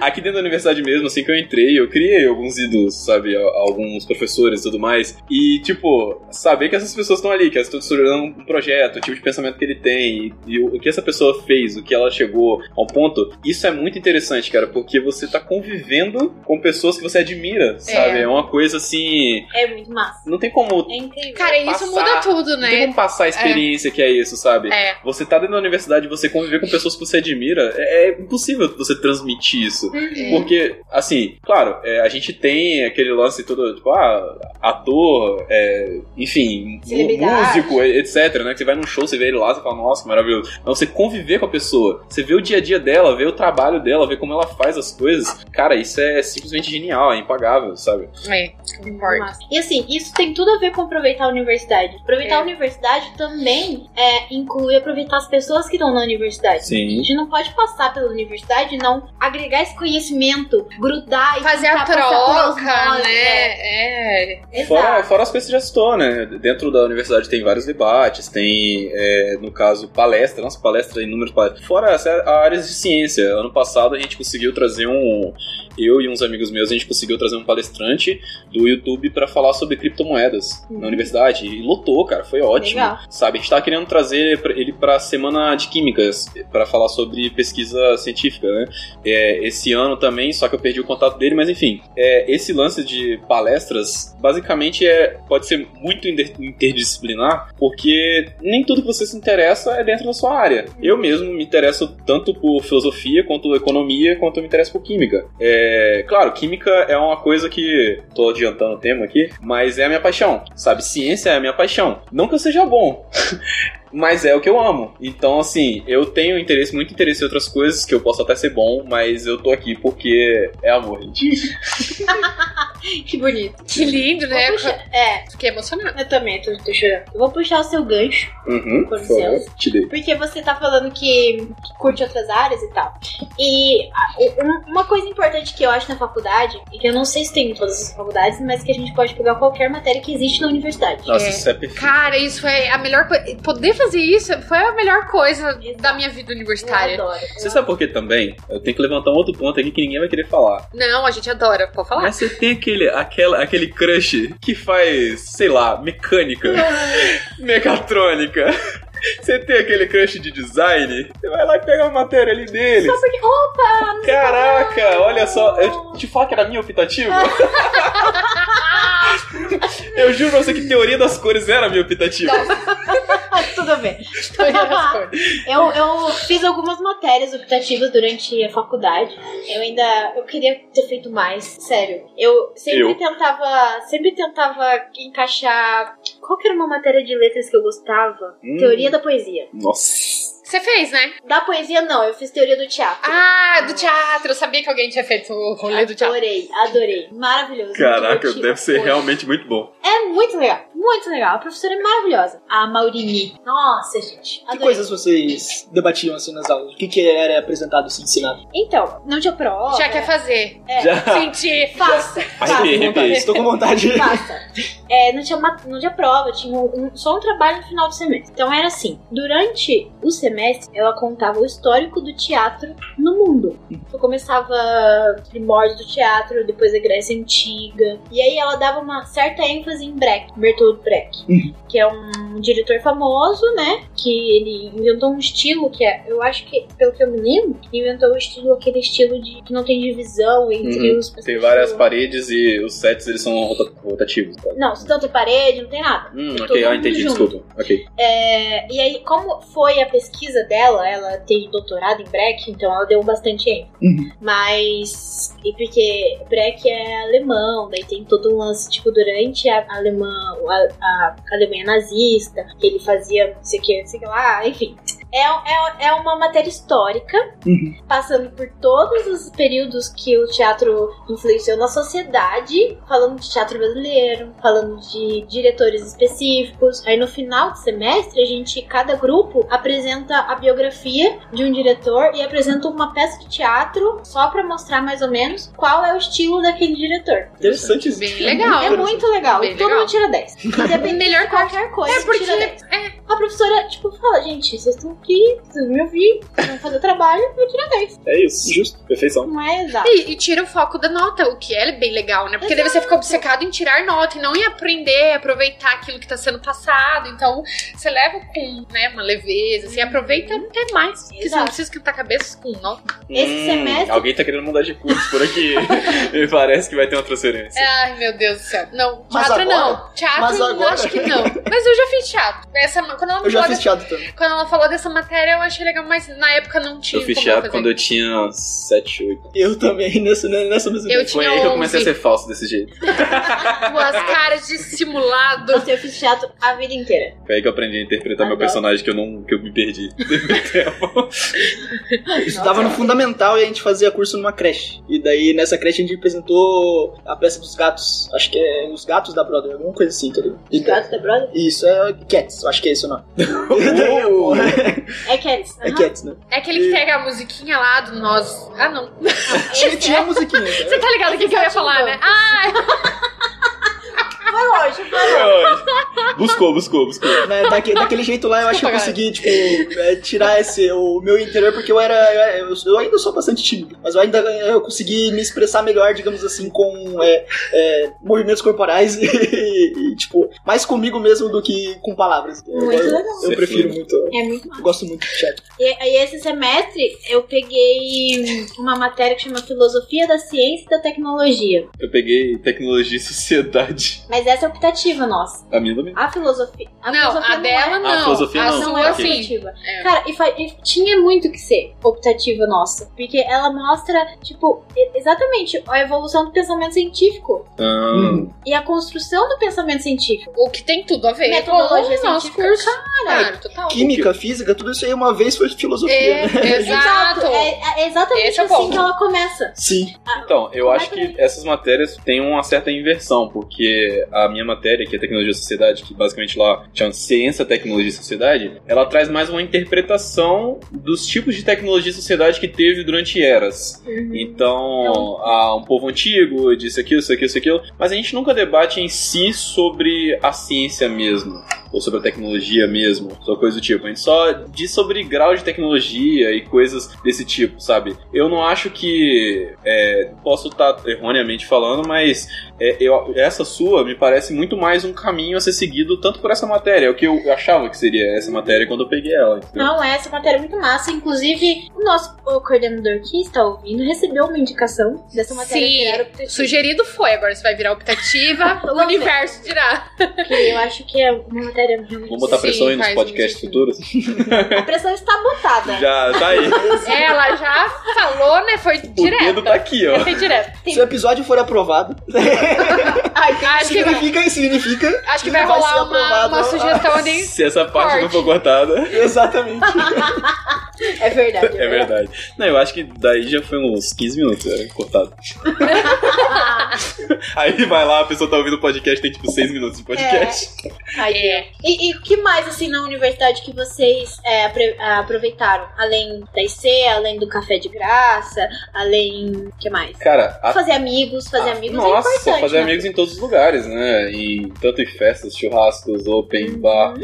[SPEAKER 4] Aqui dentro da universidade mesmo, assim que eu entrei, eu criei alguns ídolos, sabe? Al- Alguns professores e tudo mais. E, tipo, saber que essas pessoas estão ali, que elas estão estruturando um projeto, o tipo de pensamento que ele tem, e, e o o que essa pessoa fez, o que ela chegou ao ponto. Isso é muito interessante, cara, porque você tá convivendo com pessoas que você admira, sabe? É uma coisa assim.
[SPEAKER 2] É muito massa.
[SPEAKER 4] Não tem como.
[SPEAKER 2] É incrível.
[SPEAKER 3] cara, isso
[SPEAKER 4] Passar.
[SPEAKER 3] muda tudo,
[SPEAKER 4] Não tem
[SPEAKER 3] né?
[SPEAKER 4] como passar a experiência que é isso, sabe?
[SPEAKER 3] É.
[SPEAKER 4] Você tá dentro da universidade, você conviver com pessoas que você admira, é, é impossível você transmitir isso.
[SPEAKER 3] Uhum.
[SPEAKER 2] É.
[SPEAKER 4] Porque, assim, claro, é, a gente tem aquele lance todo, tipo, ah, ator, é, enfim, mu-
[SPEAKER 2] Celebridade.
[SPEAKER 4] músico, e- etc, né? Que você vai num show, você vê ele lá, você fala, nossa, que maravilhoso. Mas você conviver com a pessoa, você vê o dia a dia dela, vê o trabalho dela, vê como ela faz as coisas, cara, isso é simplesmente genial, é impagável, sabe?
[SPEAKER 3] É, concordo.
[SPEAKER 2] Massa. E assim, isso tem tudo a ver com aproveitar a universidade. Aproveitar
[SPEAKER 3] É.
[SPEAKER 2] a universidade também é, inclui aproveitar as pessoas que estão na universidade. A
[SPEAKER 4] Sim.
[SPEAKER 2] gente não pode passar pela universidade e não agregar esse conhecimento, grudar e
[SPEAKER 3] Fazer a
[SPEAKER 2] tentar passar por
[SPEAKER 3] troca,
[SPEAKER 2] osmose,
[SPEAKER 3] né? É.
[SPEAKER 2] é.
[SPEAKER 4] Fora,
[SPEAKER 2] Exato.
[SPEAKER 4] fora as coisas que você já citou, né? Dentro da universidade tem vários debates, tem, é, no caso, palestra, nossa, palestra, inúmeras palestras. Fora as áreas de ciência. Ano passado a gente conseguiu trazer um. Eu e uns amigos meus, a gente conseguiu trazer um palestrante do YouTube pra falar sobre criptomoedas na universidade. E lotou, cara, foi ótimo.
[SPEAKER 2] Uhum. Legal.
[SPEAKER 4] Sabe, a gente tá querendo trazer pra- ele pra Semana de Químicas, pra falar sobre pesquisa científica, né? É, esse ano também, só que eu perdi o contato dele, mas enfim. É, esse lance de palestras, basicamente, é, pode ser muito inter- interdisciplinar, porque nem tudo que você se interessa é dentro da sua área. Eu mesmo me interesso tanto por filosofia, quanto economia, quanto eu me interesso por química. É, claro, química é uma coisa que. tô adiantando o tema aqui, mas é a minha paixão, sabe? Ciência é a minha paixão. Não que eu seja bom, mas é o que eu amo. Então, assim, eu tenho interesse, muito interesse em outras coisas, que eu posso até ser bom, mas eu tô aqui porque é amor, gente.
[SPEAKER 2] Que bonito.
[SPEAKER 3] Que lindo, né?
[SPEAKER 2] Vou puxar- É,
[SPEAKER 3] Fiquei emocionada.
[SPEAKER 2] eu também tô, tô chorando. Eu vou puxar o seu gancho,
[SPEAKER 4] Uhum.
[SPEAKER 2] Com
[SPEAKER 4] por favor,
[SPEAKER 2] licença.
[SPEAKER 4] Te dei.
[SPEAKER 2] porque você tá falando que, que curte outras áreas e tal. E ah, um- uma coisa importante que eu acho na faculdade, e que eu não sei se tem em todas as faculdades, mas que a gente pode pegar qualquer matéria que existe na universidade.
[SPEAKER 4] Nossa,
[SPEAKER 3] É.
[SPEAKER 4] isso é perfeito.
[SPEAKER 3] Cara, isso foi a melhor coisa. Poder fazer isso foi a melhor coisa da minha vida
[SPEAKER 2] Eu
[SPEAKER 3] universitária.
[SPEAKER 2] adoro.
[SPEAKER 4] Você sabe por quê também? Eu tenho que levantar um outro ponto aqui que ninguém vai querer falar.
[SPEAKER 3] Não, a gente adora, pode falar.
[SPEAKER 4] Mas você tem aquele, aquela, aquele crush que faz, sei lá, mecânica,
[SPEAKER 3] [LAUGHS]
[SPEAKER 4] mecatrônica. Você tem aquele crush de design, você vai lá e pega a matéria ali dele.
[SPEAKER 2] Só porque, opa, não sei [LAUGHS]
[SPEAKER 4] Caraca, olha só, eu te falo que era minha optativa? Eu juro pra você que teoria das cores era a minha optativa.
[SPEAKER 2] Tudo bem.
[SPEAKER 3] Mas
[SPEAKER 2] Eu, eu fiz algumas matérias optativas durante a faculdade. Eu ainda. Eu queria ter feito mais, sério. Eu sempre
[SPEAKER 4] Eu.
[SPEAKER 2] tentava. Sempre tentava encaixar. Qual que era uma matéria de letras que eu gostava?
[SPEAKER 4] Hum.
[SPEAKER 2] Teoria da poesia.
[SPEAKER 4] Nossa.
[SPEAKER 3] Você fez, né?
[SPEAKER 2] Da poesia, não, eu fiz teoria do teatro.
[SPEAKER 3] Ah, do teatro. Eu sabia que alguém tinha feito o rolê do teatro.
[SPEAKER 2] Adorei, adorei. Maravilhoso.
[SPEAKER 4] Caraca,
[SPEAKER 2] divertido.
[SPEAKER 4] deve ser
[SPEAKER 2] Poxa.
[SPEAKER 4] realmente muito bom.
[SPEAKER 2] É muito legal, muito legal. A professora é maravilhosa. A Maurini. Nossa, gente.
[SPEAKER 5] Que
[SPEAKER 2] Adorei.
[SPEAKER 5] coisas vocês debatiam assim nas aulas? O que, que era apresentado, assim, ensinado?
[SPEAKER 2] Então, não tinha prova.
[SPEAKER 3] Já quer fazer.
[SPEAKER 2] É.
[SPEAKER 4] Já.
[SPEAKER 3] Sentir.
[SPEAKER 2] Faça.
[SPEAKER 4] Arrepiei,
[SPEAKER 5] Tô com vontade,
[SPEAKER 4] arrepiei.
[SPEAKER 5] Estou com vontade.
[SPEAKER 2] Faça. É, não, tinha ma- não tinha prova, tinha um- um- só um trabalho no final do semestre. Então era assim: durante o semestre, ela contava o histórico do teatro no mundo. Eu começava os primórdios do teatro, depois a Grécia Antiga. E aí ela dava uma certa ênfase em Brecht, Bertolt Brecht, que é um diretor famoso, né? Que ele inventou um estilo que é, eu acho que, pelo que eu me lembro, inventou o estilo, aquele estilo de que não tem divisão entre
[SPEAKER 4] Uhum.
[SPEAKER 2] os. as
[SPEAKER 4] Tem várias
[SPEAKER 2] pessoas.
[SPEAKER 4] paredes e os sets eles são rota- rotativos. Tá?
[SPEAKER 2] Não, não tem parede, não tem nada.
[SPEAKER 4] Hum,
[SPEAKER 2] Todo
[SPEAKER 4] ok, ah,
[SPEAKER 2] mundo
[SPEAKER 4] entendi,
[SPEAKER 2] junto.
[SPEAKER 4] desculpa. Ok.
[SPEAKER 2] É, e aí, como foi a pesquisa dela, ela tem doutorado em Breck, então ela deu bastante ênfase.
[SPEAKER 5] Uhum.
[SPEAKER 2] Mas. E porque Breck é alemão, daí tem todo um lance, tipo, durante a alemã, a, a Alemanha nazista, que ele fazia não sei o que, não sei o que lá, enfim. É, é, é uma matéria histórica,
[SPEAKER 5] Uhum.
[SPEAKER 2] passando por todos os períodos que o teatro influenciou na sociedade, falando de teatro brasileiro, falando de diretores específicos. Aí no final do semestre, a gente, cada grupo apresenta a biografia de um diretor e apresenta uma peça de teatro só pra mostrar mais ou menos qual é o estilo daquele diretor.
[SPEAKER 5] Interessante isso.
[SPEAKER 3] Bem legal.
[SPEAKER 2] É muito legal.
[SPEAKER 3] Bem
[SPEAKER 2] e todo
[SPEAKER 3] legal. É
[SPEAKER 2] mundo tira
[SPEAKER 3] [LAUGHS]
[SPEAKER 2] 10. Independente
[SPEAKER 3] Melhor
[SPEAKER 2] de qualquer coisa.
[SPEAKER 3] É porque.
[SPEAKER 2] tira 10.
[SPEAKER 3] É.
[SPEAKER 2] A professora, tipo, fala, gente, vocês estão aqui, vocês me ouvir, vocês vão fazer o trabalho, eu tiro 10.
[SPEAKER 4] É isso. Justo. Perfeição.
[SPEAKER 2] Não é exato.
[SPEAKER 3] E, e tira o foco da nota, o que é bem legal, né? Porque daí você fica obcecado em tirar nota e não em aprender, aproveitar aquilo que tá sendo passado. Então, você leva com né, uma leveza, assim, aproveita até mais. Porque você não
[SPEAKER 2] Exato.
[SPEAKER 3] precisa esquentar a cabeça com nota.
[SPEAKER 2] Esse semestre-
[SPEAKER 4] Alguém tá querendo mudar de curso por aqui. Me parece que vai ter uma transferência.
[SPEAKER 3] Ai, meu Deus do céu. Não,
[SPEAKER 5] Mas
[SPEAKER 3] teatro
[SPEAKER 5] agora?
[SPEAKER 3] não. Teatro
[SPEAKER 5] Mas agora?
[SPEAKER 3] acho que não. Mas eu já fiz teatro. Essa, quando, ela me
[SPEAKER 5] Eu já
[SPEAKER 3] falou
[SPEAKER 5] fiz
[SPEAKER 3] dessa-
[SPEAKER 5] teatro também.
[SPEAKER 3] quando ela falou dessa matéria, eu achei legal, mas na época não tinha.
[SPEAKER 4] Eu fiz
[SPEAKER 3] como
[SPEAKER 4] teatro
[SPEAKER 3] fazer.
[SPEAKER 4] quando eu tinha 7, 8.
[SPEAKER 5] Eu também, [LAUGHS] nessa, né, nessa mesma
[SPEAKER 3] Eu
[SPEAKER 5] ideia.
[SPEAKER 4] Foi
[SPEAKER 3] tinha
[SPEAKER 4] aí que eu
[SPEAKER 3] 11.
[SPEAKER 4] comecei a ser falso desse jeito.
[SPEAKER 3] As caras de simulado.
[SPEAKER 2] Nossa, eu fiz teatro a vida inteira.
[SPEAKER 4] Foi aí que eu aprendi a interpretar meu
[SPEAKER 2] Adoro.
[SPEAKER 4] personagem que eu não que eu me perdi.
[SPEAKER 5] Eu estudava no fundamental e a gente fazia curso numa creche. E daí nessa creche a gente apresentou a peça dos gatos. Acho que é Os Gatos da Brother, alguma coisa assim, tá ligado?
[SPEAKER 2] Os gatos da brother?
[SPEAKER 5] Isso, é Cats, eu acho que é isso não.
[SPEAKER 4] Uou!
[SPEAKER 2] É Cats.
[SPEAKER 5] [LAUGHS] é
[SPEAKER 2] aham.
[SPEAKER 5] Cats, né?
[SPEAKER 3] É aquele que pega a musiquinha lá do nós. Ah, não.
[SPEAKER 5] Tinha, tinha a musiquinha. tá?
[SPEAKER 3] Você tá ligado o que, que eu ia falar, né? Ah,
[SPEAKER 2] Foi longe, foi longe.
[SPEAKER 4] buscou, buscou, buscou.
[SPEAKER 5] Né, daque- daquele jeito lá, eu acho que eu
[SPEAKER 3] Desculpa,
[SPEAKER 5] consegui, tipo, é, tirar esse, o meu interior, porque eu era. Eu, era- eu- eu ainda sou bastante tímido, mas eu ainda eu consegui me expressar melhor, digamos assim, com é, é, movimentos corporais e, e, tipo, mais comigo mesmo do que com palavras. Eu-
[SPEAKER 2] é Muito
[SPEAKER 5] eu,
[SPEAKER 2] legal.
[SPEAKER 5] eu prefiro muito.
[SPEAKER 2] É muito
[SPEAKER 5] Eu gosto muito de chat.
[SPEAKER 2] E aí, esse semestre, eu peguei uma matéria que chama Filosofia da Ciência e da Tecnologia.
[SPEAKER 4] Eu peguei tecnologia e sociedade.
[SPEAKER 2] Mas essa é optativa nossa.
[SPEAKER 4] A minha também.
[SPEAKER 2] A filosofia. A
[SPEAKER 3] Ah, não,
[SPEAKER 2] filosofia
[SPEAKER 3] a dela
[SPEAKER 2] não é.
[SPEAKER 3] não.
[SPEAKER 4] A filosofia
[SPEAKER 3] A
[SPEAKER 4] não,
[SPEAKER 2] Não,
[SPEAKER 3] sua,
[SPEAKER 2] é
[SPEAKER 4] ok.
[SPEAKER 3] sim.
[SPEAKER 2] optativa.
[SPEAKER 3] É.
[SPEAKER 2] Cara, e, fa- e tinha muito que ser optativa nossa. Porque ela mostra, tipo, e- exatamente a evolução do pensamento científico
[SPEAKER 4] Ah,
[SPEAKER 5] Hum.
[SPEAKER 2] e a construção do pensamento científico.
[SPEAKER 3] tipo, O que tem tudo a ver.
[SPEAKER 2] Metodologia
[SPEAKER 3] com o nosso
[SPEAKER 2] científica,
[SPEAKER 3] curso.
[SPEAKER 2] cara.
[SPEAKER 3] Claro, total.
[SPEAKER 5] Química, física, tudo isso aí uma vez foi filosofia,
[SPEAKER 3] É,
[SPEAKER 5] né?
[SPEAKER 3] [LAUGHS] exato.
[SPEAKER 2] É, é exatamente
[SPEAKER 3] Esse é o
[SPEAKER 2] assim
[SPEAKER 3] ponto.
[SPEAKER 2] que ela começa.
[SPEAKER 5] Sim.
[SPEAKER 4] Então, eu
[SPEAKER 2] Vai
[SPEAKER 4] acho
[SPEAKER 2] por aí.
[SPEAKER 4] que essas matérias têm uma certa inversão, porque a minha matéria, que é Tecnologia e Sociedade, que basicamente lá chama Ciência, Tecnologia e Sociedade, ela traz mais uma interpretação dos tipos de tecnologia e sociedade que teve durante eras. Então, há um povo antigo, disso, aquilo, isso, aquilo, isso, aquilo. Mas a gente nunca debate em si sobre a ciência mesmo. ou sobre a tecnologia mesmo, só coisa do tipo. A gente só diz sobre grau de tecnologia e coisas desse tipo, sabe? Eu não acho que. é, posso estar erroneamente falando, mas é, eu- essa sua me parece muito mais um caminho a ser seguido tanto por essa matéria. É o que eu achava que seria essa matéria quando eu peguei ela. entendeu?
[SPEAKER 2] Não, essa matéria é muito massa. Inclusive, o nosso o coordenador que está ouvindo recebeu uma indicação dessa matéria.
[SPEAKER 3] Sim.
[SPEAKER 2] que era optativa,
[SPEAKER 3] Sugerido foi, agora você vai virar optativa, o
[SPEAKER 2] Vamos ver.
[SPEAKER 3] universo dirá.
[SPEAKER 2] que eu acho que é uma matéria realmente.
[SPEAKER 4] Vamos botar
[SPEAKER 3] Sim,
[SPEAKER 4] pressão aí nos
[SPEAKER 3] faz
[SPEAKER 4] podcasts
[SPEAKER 3] muito
[SPEAKER 4] futuros?
[SPEAKER 2] A pressão está botada.
[SPEAKER 4] Já tá aí.
[SPEAKER 3] Ela já falou, né? Foi
[SPEAKER 4] O dedo
[SPEAKER 3] direto.
[SPEAKER 4] tá aqui, ó.
[SPEAKER 3] Foi direto.
[SPEAKER 5] Se o episódio for aprovado,
[SPEAKER 3] Acho que, vai-
[SPEAKER 5] significa, significa. [LAUGHS]
[SPEAKER 3] acho que vai
[SPEAKER 5] Vai ser
[SPEAKER 3] rolar uma,
[SPEAKER 5] aprovado.
[SPEAKER 3] uma sugestão de.
[SPEAKER 4] [LAUGHS] Se essa parte não
[SPEAKER 3] Corte.
[SPEAKER 4] for cortada.
[SPEAKER 5] Exatamente.
[SPEAKER 2] É verdade.
[SPEAKER 4] É verdade. Não, eu acho que daí já foi uns 15 minutos, é,
[SPEAKER 2] [LAUGHS]
[SPEAKER 4] cortado. Aí vai lá, a pessoa tá ouvindo o podcast, tem tipo 6 minutos de podcast.
[SPEAKER 2] Aí,
[SPEAKER 3] É.
[SPEAKER 2] E, e o que mais, assim, na universidade que vocês é, apre- aproveitaram? Além da IC, além do café de graça, além. que mais?
[SPEAKER 4] Cara, a...
[SPEAKER 2] Fazer amigos, É. fazer amigos é
[SPEAKER 4] nossa,
[SPEAKER 2] importante.
[SPEAKER 4] fazer
[SPEAKER 2] né?
[SPEAKER 4] amigos em todos os lugares, né? Em, tanto em festas, churrascos, open
[SPEAKER 2] Uhum.
[SPEAKER 4] bar.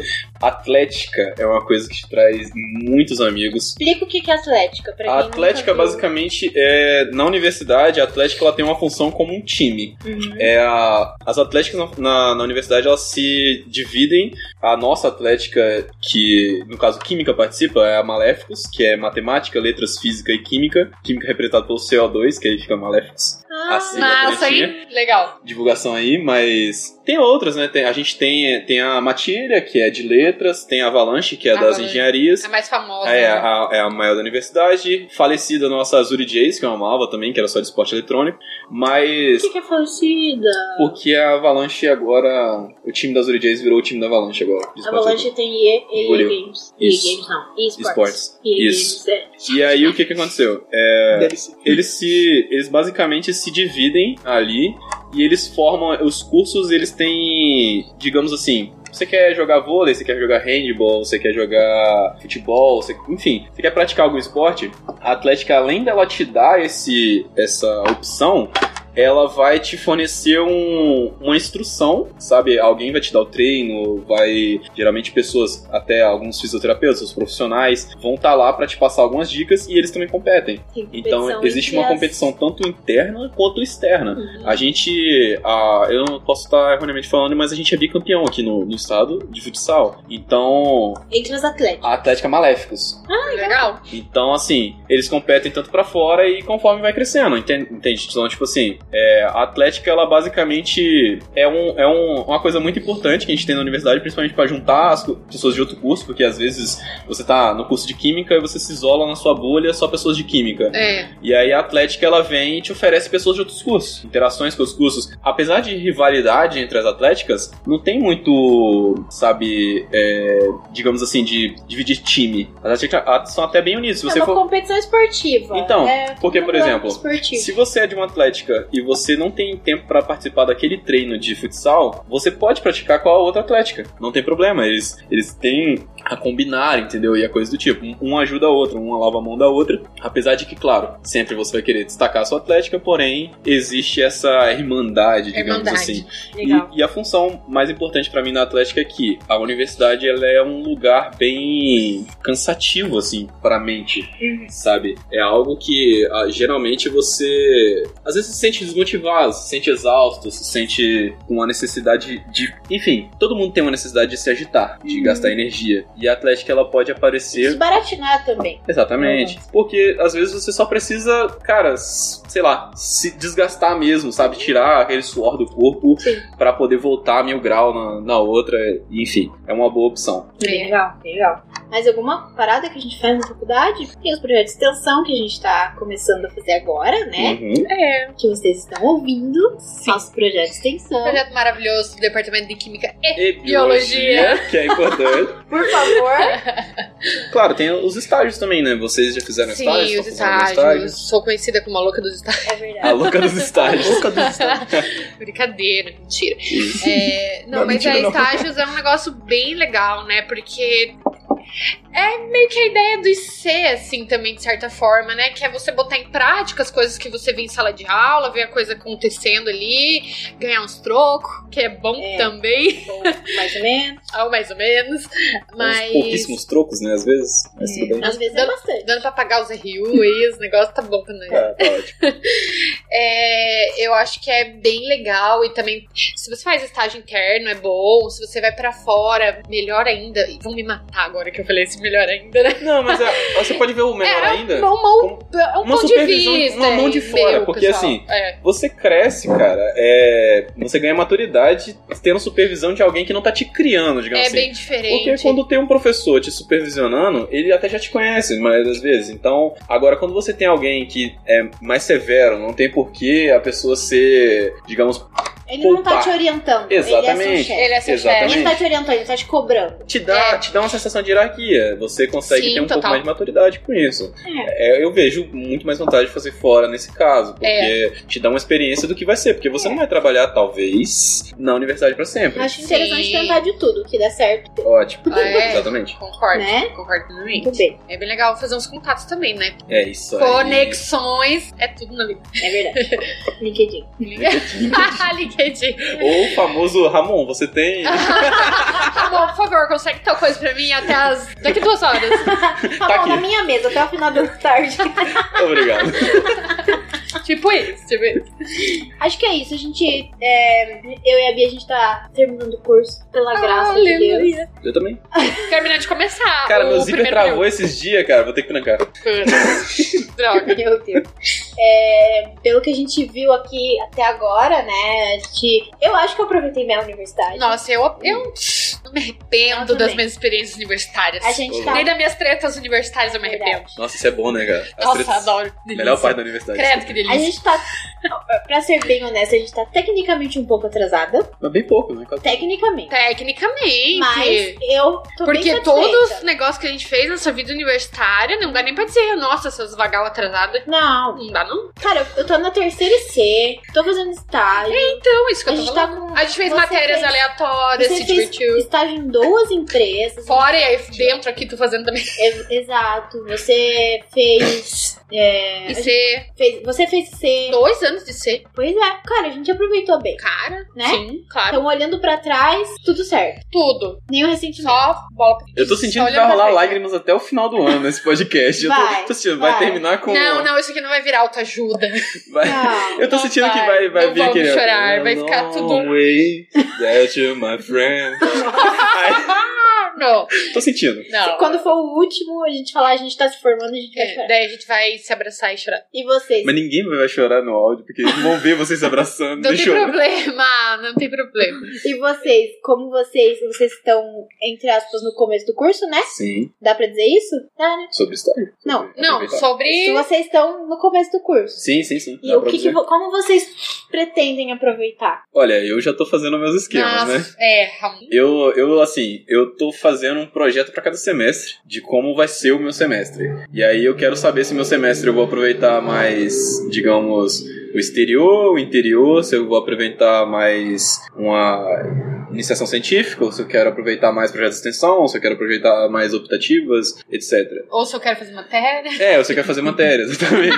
[SPEAKER 4] Atlética é uma coisa que te traz muitos amigos.
[SPEAKER 2] Explica o que que é atlética. Pra
[SPEAKER 4] A
[SPEAKER 2] quem
[SPEAKER 4] Atlética,
[SPEAKER 2] nunca viu.
[SPEAKER 4] basicamente, é, na universidade, a Atlética ela tem uma função como um time.
[SPEAKER 2] Uhum.
[SPEAKER 4] É a- as Atléticas na, na- na universidade elas se dividem. A nossa Atlética, que no caso Química participa, é a Maléficos, que é Matemática, Letras, Física e Química. Química representada pelo CO2, que aí fica Maléficos.
[SPEAKER 2] Ah,
[SPEAKER 4] Assim.
[SPEAKER 3] Massa, hein? Legal.
[SPEAKER 4] Divulgação aí, mas tem outras, né? Tem- a gente tem, tem a Matilha, que é de Letras, tem a Avalanche, que é das
[SPEAKER 3] Avalanche.
[SPEAKER 4] Engenharias.
[SPEAKER 3] É mais famosa.
[SPEAKER 4] É,
[SPEAKER 3] né?
[SPEAKER 4] a, é a maior da universidade. Falecida nossa Azuri Jace, que eu amava também, que era só de esporte eletrônico.
[SPEAKER 2] O
[SPEAKER 4] Mas
[SPEAKER 2] que, que é falecida?
[SPEAKER 4] porque a Avalanche agora. O time da Azuri Jace virou o time da Avalanche agora. De
[SPEAKER 2] A
[SPEAKER 4] esporte
[SPEAKER 2] Avalanche
[SPEAKER 4] eletrônico.
[SPEAKER 2] tem EA
[SPEAKER 4] Engoliu.
[SPEAKER 2] Games. EA
[SPEAKER 4] Isso.
[SPEAKER 2] Games não, EA Sports.
[SPEAKER 4] Esportes.
[SPEAKER 2] EA
[SPEAKER 4] Isso.
[SPEAKER 2] Games, é.
[SPEAKER 4] E aí o que, que aconteceu? É,
[SPEAKER 5] Deve ser.
[SPEAKER 4] eles se. Eles basicamente se dividem ali e eles formam. Os cursos eles têm. Digamos assim. Você quer jogar vôlei, você quer jogar handball, você quer jogar futebol, você- enfim, você quer praticar algum esporte, a Atlética, além dela te dar esse, essa opção, ela vai te fornecer um- uma instrução, sabe? Alguém vai te dar o treino, vai. Geralmente, pessoas, até alguns fisioterapeutas, os profissionais, vão estar lá pra te passar algumas dicas e eles também competem.
[SPEAKER 2] Tem competição
[SPEAKER 4] Então, existe
[SPEAKER 2] entre
[SPEAKER 4] uma
[SPEAKER 2] as-
[SPEAKER 4] competição tanto interna quanto externa.
[SPEAKER 2] Uhum.
[SPEAKER 4] A gente, ah, eu não posso estar erroneamente falando, mas a gente é bicampeão aqui no, no estado de futsal. Então,
[SPEAKER 2] Entre os atletas.
[SPEAKER 4] a Atlética Maléficos.
[SPEAKER 3] Legal.
[SPEAKER 4] Então, assim, eles competem tanto pra fora e conforme vai crescendo, enten- entende? Então, tipo assim, é, a Atlética, ela basicamente é, um, é um- uma coisa muito importante que a gente tem na universidade, principalmente pra juntar as co- pessoas de outro curso, porque às vezes você tá no curso de química e você se isola na sua bolha só pessoas de química.
[SPEAKER 3] É.
[SPEAKER 4] E aí a Atlética ela vem e te oferece pessoas de outros cursos, interações com os cursos. Apesar de rivalidade entre as atléticas, não tem muito, sabe, é, digamos assim, de dividir time. As atléticas ah, são até bem unidas. Se você
[SPEAKER 2] é uma
[SPEAKER 4] for.
[SPEAKER 2] competição esportiva.
[SPEAKER 4] Então,
[SPEAKER 2] é
[SPEAKER 4] porque,
[SPEAKER 2] um
[SPEAKER 4] por
[SPEAKER 2] campeonato
[SPEAKER 4] exemplo,
[SPEAKER 2] Esportivo.
[SPEAKER 4] Se você é de uma atlética e você não tem tempo pra participar daquele treino de futsal, você pode praticar com a outra atlética. Não tem problema, eles, eles têm a combinar, entendeu? E a coisa do tipo. Um- Um ajuda a outra, uma lava a mão da outra. Apesar de que, claro, sempre você vai querer destacar a sua atlética, porém, existe essa irmandade, digamos
[SPEAKER 3] Irmandade.
[SPEAKER 4] assim.
[SPEAKER 2] Legal.
[SPEAKER 4] E, e a função mais importante pra mim na Atlética é que a universidade ela é um lugar bem cansativo, assim, pra mente, sabe? É algo que ah, geralmente você às vezes se sente desmotivado, se sente exausto, se sente com uma necessidade de. Enfim, todo mundo tem uma necessidade de se agitar, de gastar energia. E a Atlética ela pode aparecer
[SPEAKER 2] Desbaratinar também.
[SPEAKER 4] Exatamente. Porque às vezes você só precisa, cara, s- sei lá, se desgastar mesmo, sabe? Tirar aquele suor do corpo
[SPEAKER 2] Sim.
[SPEAKER 4] pra poder voltar mil grau na, na outra. Enfim, é uma boa opção.
[SPEAKER 3] É.
[SPEAKER 2] Legal, legal. Mais alguma parada que a gente faz na faculdade? Tem os projetos de extensão que a gente tá começando a fazer agora, né?
[SPEAKER 4] Uhum.
[SPEAKER 3] É.
[SPEAKER 2] Que vocês estão ouvindo. Nosso projeto de extensão.
[SPEAKER 3] um Projeto maravilhoso do Departamento de Química é e
[SPEAKER 4] E
[SPEAKER 3] Biologia.
[SPEAKER 4] que é
[SPEAKER 3] [LAUGHS]
[SPEAKER 4] importante.
[SPEAKER 2] Por favor.
[SPEAKER 4] claro, tem os estágios também, né? Vocês já fizeram
[SPEAKER 3] Sim,
[SPEAKER 4] estágios?
[SPEAKER 3] os
[SPEAKER 4] estão tá fazendo né?
[SPEAKER 3] estágios. Sou conhecida como a louca dos estágios. então,
[SPEAKER 2] é
[SPEAKER 4] A
[SPEAKER 2] verdade.
[SPEAKER 4] louca
[SPEAKER 3] [LAUGHS]
[SPEAKER 4] dos estágios.
[SPEAKER 5] Louca do estado.
[SPEAKER 3] Brincadeira, mentira. É, não,
[SPEAKER 5] Não,
[SPEAKER 3] mas
[SPEAKER 5] mentira
[SPEAKER 3] é,
[SPEAKER 5] não.
[SPEAKER 3] estágios é um negócio bem legal, né? Porque meio que a ideia do IC, assim, também, de certa forma, né? Que é você botar em prática as coisas que você vê em sala de aula, ver a coisa acontecendo ali, ganhar uns trocos, que é bom
[SPEAKER 2] É.
[SPEAKER 3] também, [LAUGHS]
[SPEAKER 2] Ou mais ou menos.
[SPEAKER 3] ao mais ou menos.
[SPEAKER 4] Uns
[SPEAKER 3] Mas.
[SPEAKER 4] pouquíssimos trocos, né? Às vezes, mas tudo bem.
[SPEAKER 2] Às vezes é bastante.
[SPEAKER 3] Dando pra pagar os RU aí, os negócios tá bom pra nós.
[SPEAKER 4] Tá, tá ótimo.
[SPEAKER 3] É, eu acho que é bem legal e também se você faz estágio interno é bom, se você vai pra fora, melhor ainda. E Vão me matar agora que eu falei isso, melhor ainda, né?
[SPEAKER 4] Não, mas é- você pode ver o melhor
[SPEAKER 3] é,
[SPEAKER 4] ainda.
[SPEAKER 3] Uma, uma, é um
[SPEAKER 4] Então, uma
[SPEAKER 3] ponto de
[SPEAKER 4] supervisão,
[SPEAKER 3] vista.
[SPEAKER 4] uma mão de
[SPEAKER 3] e
[SPEAKER 4] fora,
[SPEAKER 3] meu,
[SPEAKER 4] porque,
[SPEAKER 3] pessoal.
[SPEAKER 4] assim,
[SPEAKER 3] É,
[SPEAKER 4] Você cresce, cara. é, Você ganha maturidade tendo supervisão de alguém que não tá te criando, digamos
[SPEAKER 3] é
[SPEAKER 4] assim.
[SPEAKER 3] bem diferente.
[SPEAKER 4] Porque quando tem um professor te supervisionando, ele até já te conhece, mas às vezes. Então, agora quando você tem alguém que é mais severo, não tem porquê a pessoa ser, digamos,
[SPEAKER 2] Ele não tá
[SPEAKER 4] Opa.
[SPEAKER 2] te orientando. Ele é seu
[SPEAKER 4] Exatamente.
[SPEAKER 2] chefe.
[SPEAKER 3] Ele é seu
[SPEAKER 4] Exatamente.
[SPEAKER 2] Ele
[SPEAKER 3] chefe.
[SPEAKER 2] não tá te orientando, ele tá te cobrando.
[SPEAKER 4] te dá, te dá uma sensação de hierarquia. Você consegue
[SPEAKER 3] É. Sim,
[SPEAKER 4] ter um pouco
[SPEAKER 3] total.
[SPEAKER 4] mais de maturidade com isso. É, eu vejo muito mais vantagem de fazer fora nesse caso, porque
[SPEAKER 3] É.
[SPEAKER 4] te dá uma experiência do que vai ser, porque você não vai trabalhar talvez na universidade pra sempre.
[SPEAKER 2] Acho
[SPEAKER 3] Sim.
[SPEAKER 2] interessante tentar de tudo, que dá certo,
[SPEAKER 4] Ótimo.
[SPEAKER 3] É.
[SPEAKER 4] Exatamente.
[SPEAKER 3] Concordo,
[SPEAKER 2] Né?
[SPEAKER 3] concordo plenamente.
[SPEAKER 2] tudo bem.
[SPEAKER 3] É bem legal fazer uns contatos também, né?
[SPEAKER 4] É isso aí.
[SPEAKER 3] Conexões, é tudo na vida.
[SPEAKER 4] [LAUGHS]
[SPEAKER 2] É verdade.
[SPEAKER 3] [LAUGHS]
[SPEAKER 2] LinkedIn.
[SPEAKER 3] LinkedIn.
[SPEAKER 4] Ou o famoso Ramon, você
[SPEAKER 3] [LAUGHS]
[SPEAKER 4] tem
[SPEAKER 3] Amor, Tá por favor, consegue tal coisa pra mim até as... daqui duas horas.
[SPEAKER 2] Tá
[SPEAKER 4] Tá
[SPEAKER 2] bom,
[SPEAKER 4] aqui.
[SPEAKER 2] na minha mesa, até o final da tarde. [LAUGHS]
[SPEAKER 4] Obrigado.
[SPEAKER 3] tipo isso, tipo isso.
[SPEAKER 2] Acho que é isso. A gente. é, eu e a Bia, a gente tá terminando o curso, pela graça de Deus.
[SPEAKER 3] Ah, Aleluia.
[SPEAKER 4] Eu também.
[SPEAKER 3] Terminando de começar.
[SPEAKER 4] Cara,
[SPEAKER 3] o
[SPEAKER 4] meu zíper
[SPEAKER 3] primeiro
[SPEAKER 4] travou esses dias, cara. Vou ter que trancar.
[SPEAKER 3] período. [LAUGHS] Droga.
[SPEAKER 2] Meu Deus. [LAUGHS] É, pelo que a gente viu aqui até agora, né? A gente, eu acho que eu aproveitei minha universidade.
[SPEAKER 3] Nossa, eu, eu não me
[SPEAKER 2] Eu
[SPEAKER 3] arrependo
[SPEAKER 2] também.
[SPEAKER 3] das minhas experiências universitárias.
[SPEAKER 2] A gente tá.
[SPEAKER 3] Nem das minhas tretas universitárias eu me
[SPEAKER 2] Verdade.
[SPEAKER 3] arrependo.
[SPEAKER 4] Nossa, isso é bom, né, cara? As
[SPEAKER 3] Nossa,
[SPEAKER 4] tretas-
[SPEAKER 3] adoro. Delícia.
[SPEAKER 4] Melhor parte da universidade.
[SPEAKER 3] Credo, que delícia.
[SPEAKER 2] A gente tá. Pra ser bem honesta, a gente tá tecnicamente um pouco atrasada.
[SPEAKER 4] Mas bem pouco, né? Quase-
[SPEAKER 2] Tecnicamente.
[SPEAKER 3] Tecnicamente.
[SPEAKER 2] tá- Mas eu tô bem
[SPEAKER 3] Porque
[SPEAKER 2] satisfeita.
[SPEAKER 3] todos os negócios que a gente fez nessa vida universitária, não dá nem pra dizer, nossa, essas vagal atrasadas.
[SPEAKER 2] Não.
[SPEAKER 3] Não dá, não.
[SPEAKER 2] Cara, eu- eu tô na terceira IC, tô fazendo estágio.
[SPEAKER 3] Então, isso que
[SPEAKER 2] A
[SPEAKER 3] eu tô
[SPEAKER 2] gente tá
[SPEAKER 3] falando.
[SPEAKER 2] com-
[SPEAKER 3] A gente fez
[SPEAKER 2] você
[SPEAKER 3] matérias
[SPEAKER 2] fez-
[SPEAKER 3] aleatórias,
[SPEAKER 2] você
[SPEAKER 3] se
[SPEAKER 2] fez-
[SPEAKER 3] divertiu.
[SPEAKER 2] Estágio em duas empresas.
[SPEAKER 3] Fora e aí dentro aqui, tu fazendo também.
[SPEAKER 2] Ex- Exato. Você
[SPEAKER 3] [COUGHS]
[SPEAKER 2] fez. é,
[SPEAKER 3] E ser
[SPEAKER 2] fez- você fez C.
[SPEAKER 3] dois anos de ser.
[SPEAKER 2] Pois é, cara, a gente aproveitou bem.
[SPEAKER 3] Cara,
[SPEAKER 2] Né?
[SPEAKER 3] sim, claro.
[SPEAKER 2] Então, olhando pra trás, tudo certo.
[SPEAKER 3] Tudo.
[SPEAKER 2] Nenhum ressentimento.
[SPEAKER 3] Só bola pra
[SPEAKER 4] Eu tô sentindo
[SPEAKER 3] Só
[SPEAKER 4] que vai
[SPEAKER 3] olhando pra
[SPEAKER 4] rolar
[SPEAKER 3] frente.
[SPEAKER 4] lágrimas até o final do ano nesse podcast. eu
[SPEAKER 2] Vai,
[SPEAKER 4] tô, tô sentindo, vai,
[SPEAKER 2] vai.
[SPEAKER 4] terminar com.
[SPEAKER 3] Não, não, isso aqui não vai virar
[SPEAKER 2] [LAUGHS]
[SPEAKER 3] autoajuda.
[SPEAKER 4] vai-
[SPEAKER 2] Não.
[SPEAKER 4] Eu tô
[SPEAKER 3] Não
[SPEAKER 4] sentindo que
[SPEAKER 3] vai,
[SPEAKER 4] vai, vai
[SPEAKER 3] não
[SPEAKER 4] vir aquele.
[SPEAKER 3] vamos chorar, vai ficar tudo-
[SPEAKER 4] Way that you're my friend. Ai,
[SPEAKER 3] Ah, não.
[SPEAKER 4] tô sentindo.
[SPEAKER 3] [LAUGHS] Não.
[SPEAKER 2] Quando for o último, a gente falar, a gente tá se formando, a gente vai
[SPEAKER 3] É,
[SPEAKER 2] chorar.
[SPEAKER 3] daí a gente vai se abraçar e chorar.
[SPEAKER 2] E vocês?
[SPEAKER 4] Mas ninguém vai chorar no áudio, porque eles vão ver vocês se abraçando
[SPEAKER 3] [LAUGHS] Não
[SPEAKER 4] e
[SPEAKER 3] tem
[SPEAKER 4] chorando.
[SPEAKER 3] problema, não tem problema.
[SPEAKER 2] E vocês? Como vocês? Vocês estão, entre aspas, no começo do curso, né?
[SPEAKER 4] Sim,
[SPEAKER 2] Dá pra dizer isso? Dá, né?
[SPEAKER 4] sobre estágio.
[SPEAKER 2] Não.
[SPEAKER 3] Não,
[SPEAKER 4] Aproveitar.
[SPEAKER 2] Se
[SPEAKER 3] sobre.
[SPEAKER 2] vocês estão no começo do curso.
[SPEAKER 4] Sim, sim, sim.
[SPEAKER 2] E
[SPEAKER 4] dá
[SPEAKER 2] o
[SPEAKER 4] pra
[SPEAKER 2] que, que
[SPEAKER 4] dizer.
[SPEAKER 2] vo- como vocês pretendem aproveitar?
[SPEAKER 4] Olha, eu já tô fazendo meus esquemas, né?
[SPEAKER 3] Nossa, É, Ramon.
[SPEAKER 4] Eu, eu, assim, eu tô fazendo um projeto pra cada semestre de como vai ser o meu semestre. E aí eu quero saber se meu semestre eu vou aproveitar mais, digamos, o exterior, o interior, se eu vou aproveitar mais uma iniciação científica, ou se eu quero aproveitar mais projetos de extensão, ou se eu quero aproveitar mais optativas, etc.
[SPEAKER 3] Ou se eu quero fazer matéria.
[SPEAKER 4] É, você quer fazer matéria, [LAUGHS] exatamente.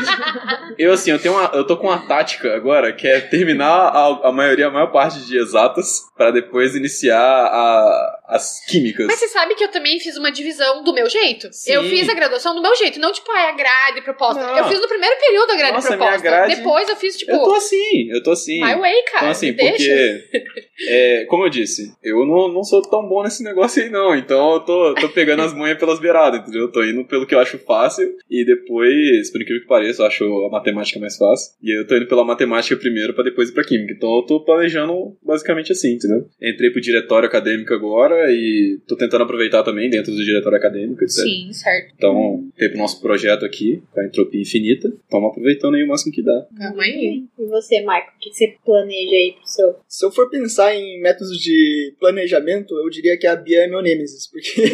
[SPEAKER 4] Eu, assim, eu, tenho uma- eu tô com uma tática agora, que é terminar a, a maioria, a maior parte de exatas, pra depois iniciar a- as químicas.
[SPEAKER 3] Mas você sabe que eu também fiz uma divisão do meu jeito.
[SPEAKER 4] Sim.
[SPEAKER 3] Eu fiz a graduação do meu jeito, não tipo, ai, a grade, proposta.
[SPEAKER 4] Não.
[SPEAKER 3] Eu fiz no primeiro período a grade
[SPEAKER 4] Nossa, é minha
[SPEAKER 3] proposta.
[SPEAKER 4] grade-
[SPEAKER 3] Depois eu fiz, tipo,
[SPEAKER 4] Eu tô assim, eu tô assim.
[SPEAKER 3] my way, cara.
[SPEAKER 4] Então, assim,
[SPEAKER 3] me Ah, deixa.
[SPEAKER 4] porque. é, como eu disse, eu não, não sou tão bom nesse negócio aí, não. Então eu tô, tô pegando as manhas pelas beiradas, entendeu? Eu tô indo pelo que eu acho fácil e depois, por incrível que pareça, eu acho a matemática mais fácil. E eu tô indo pela matemática primeiro pra depois ir pra química. Então eu tô planejando basicamente assim, entendeu? Entrei pro diretório acadêmico agora e tô tentando aproveitar também dentro do diretório acadêmico, etc.
[SPEAKER 3] Sim, certo.
[SPEAKER 4] Então, teve o nosso projeto aqui, com a entropia infinita. Estamos aproveitando aí o máximo que dá.
[SPEAKER 3] Calma aí.
[SPEAKER 2] E você, Marco, o que você planeja aí pro seu.
[SPEAKER 5] Se eu for pensar em métodos de planejamento, eu diria que a Bia é meu nêmesis, porque...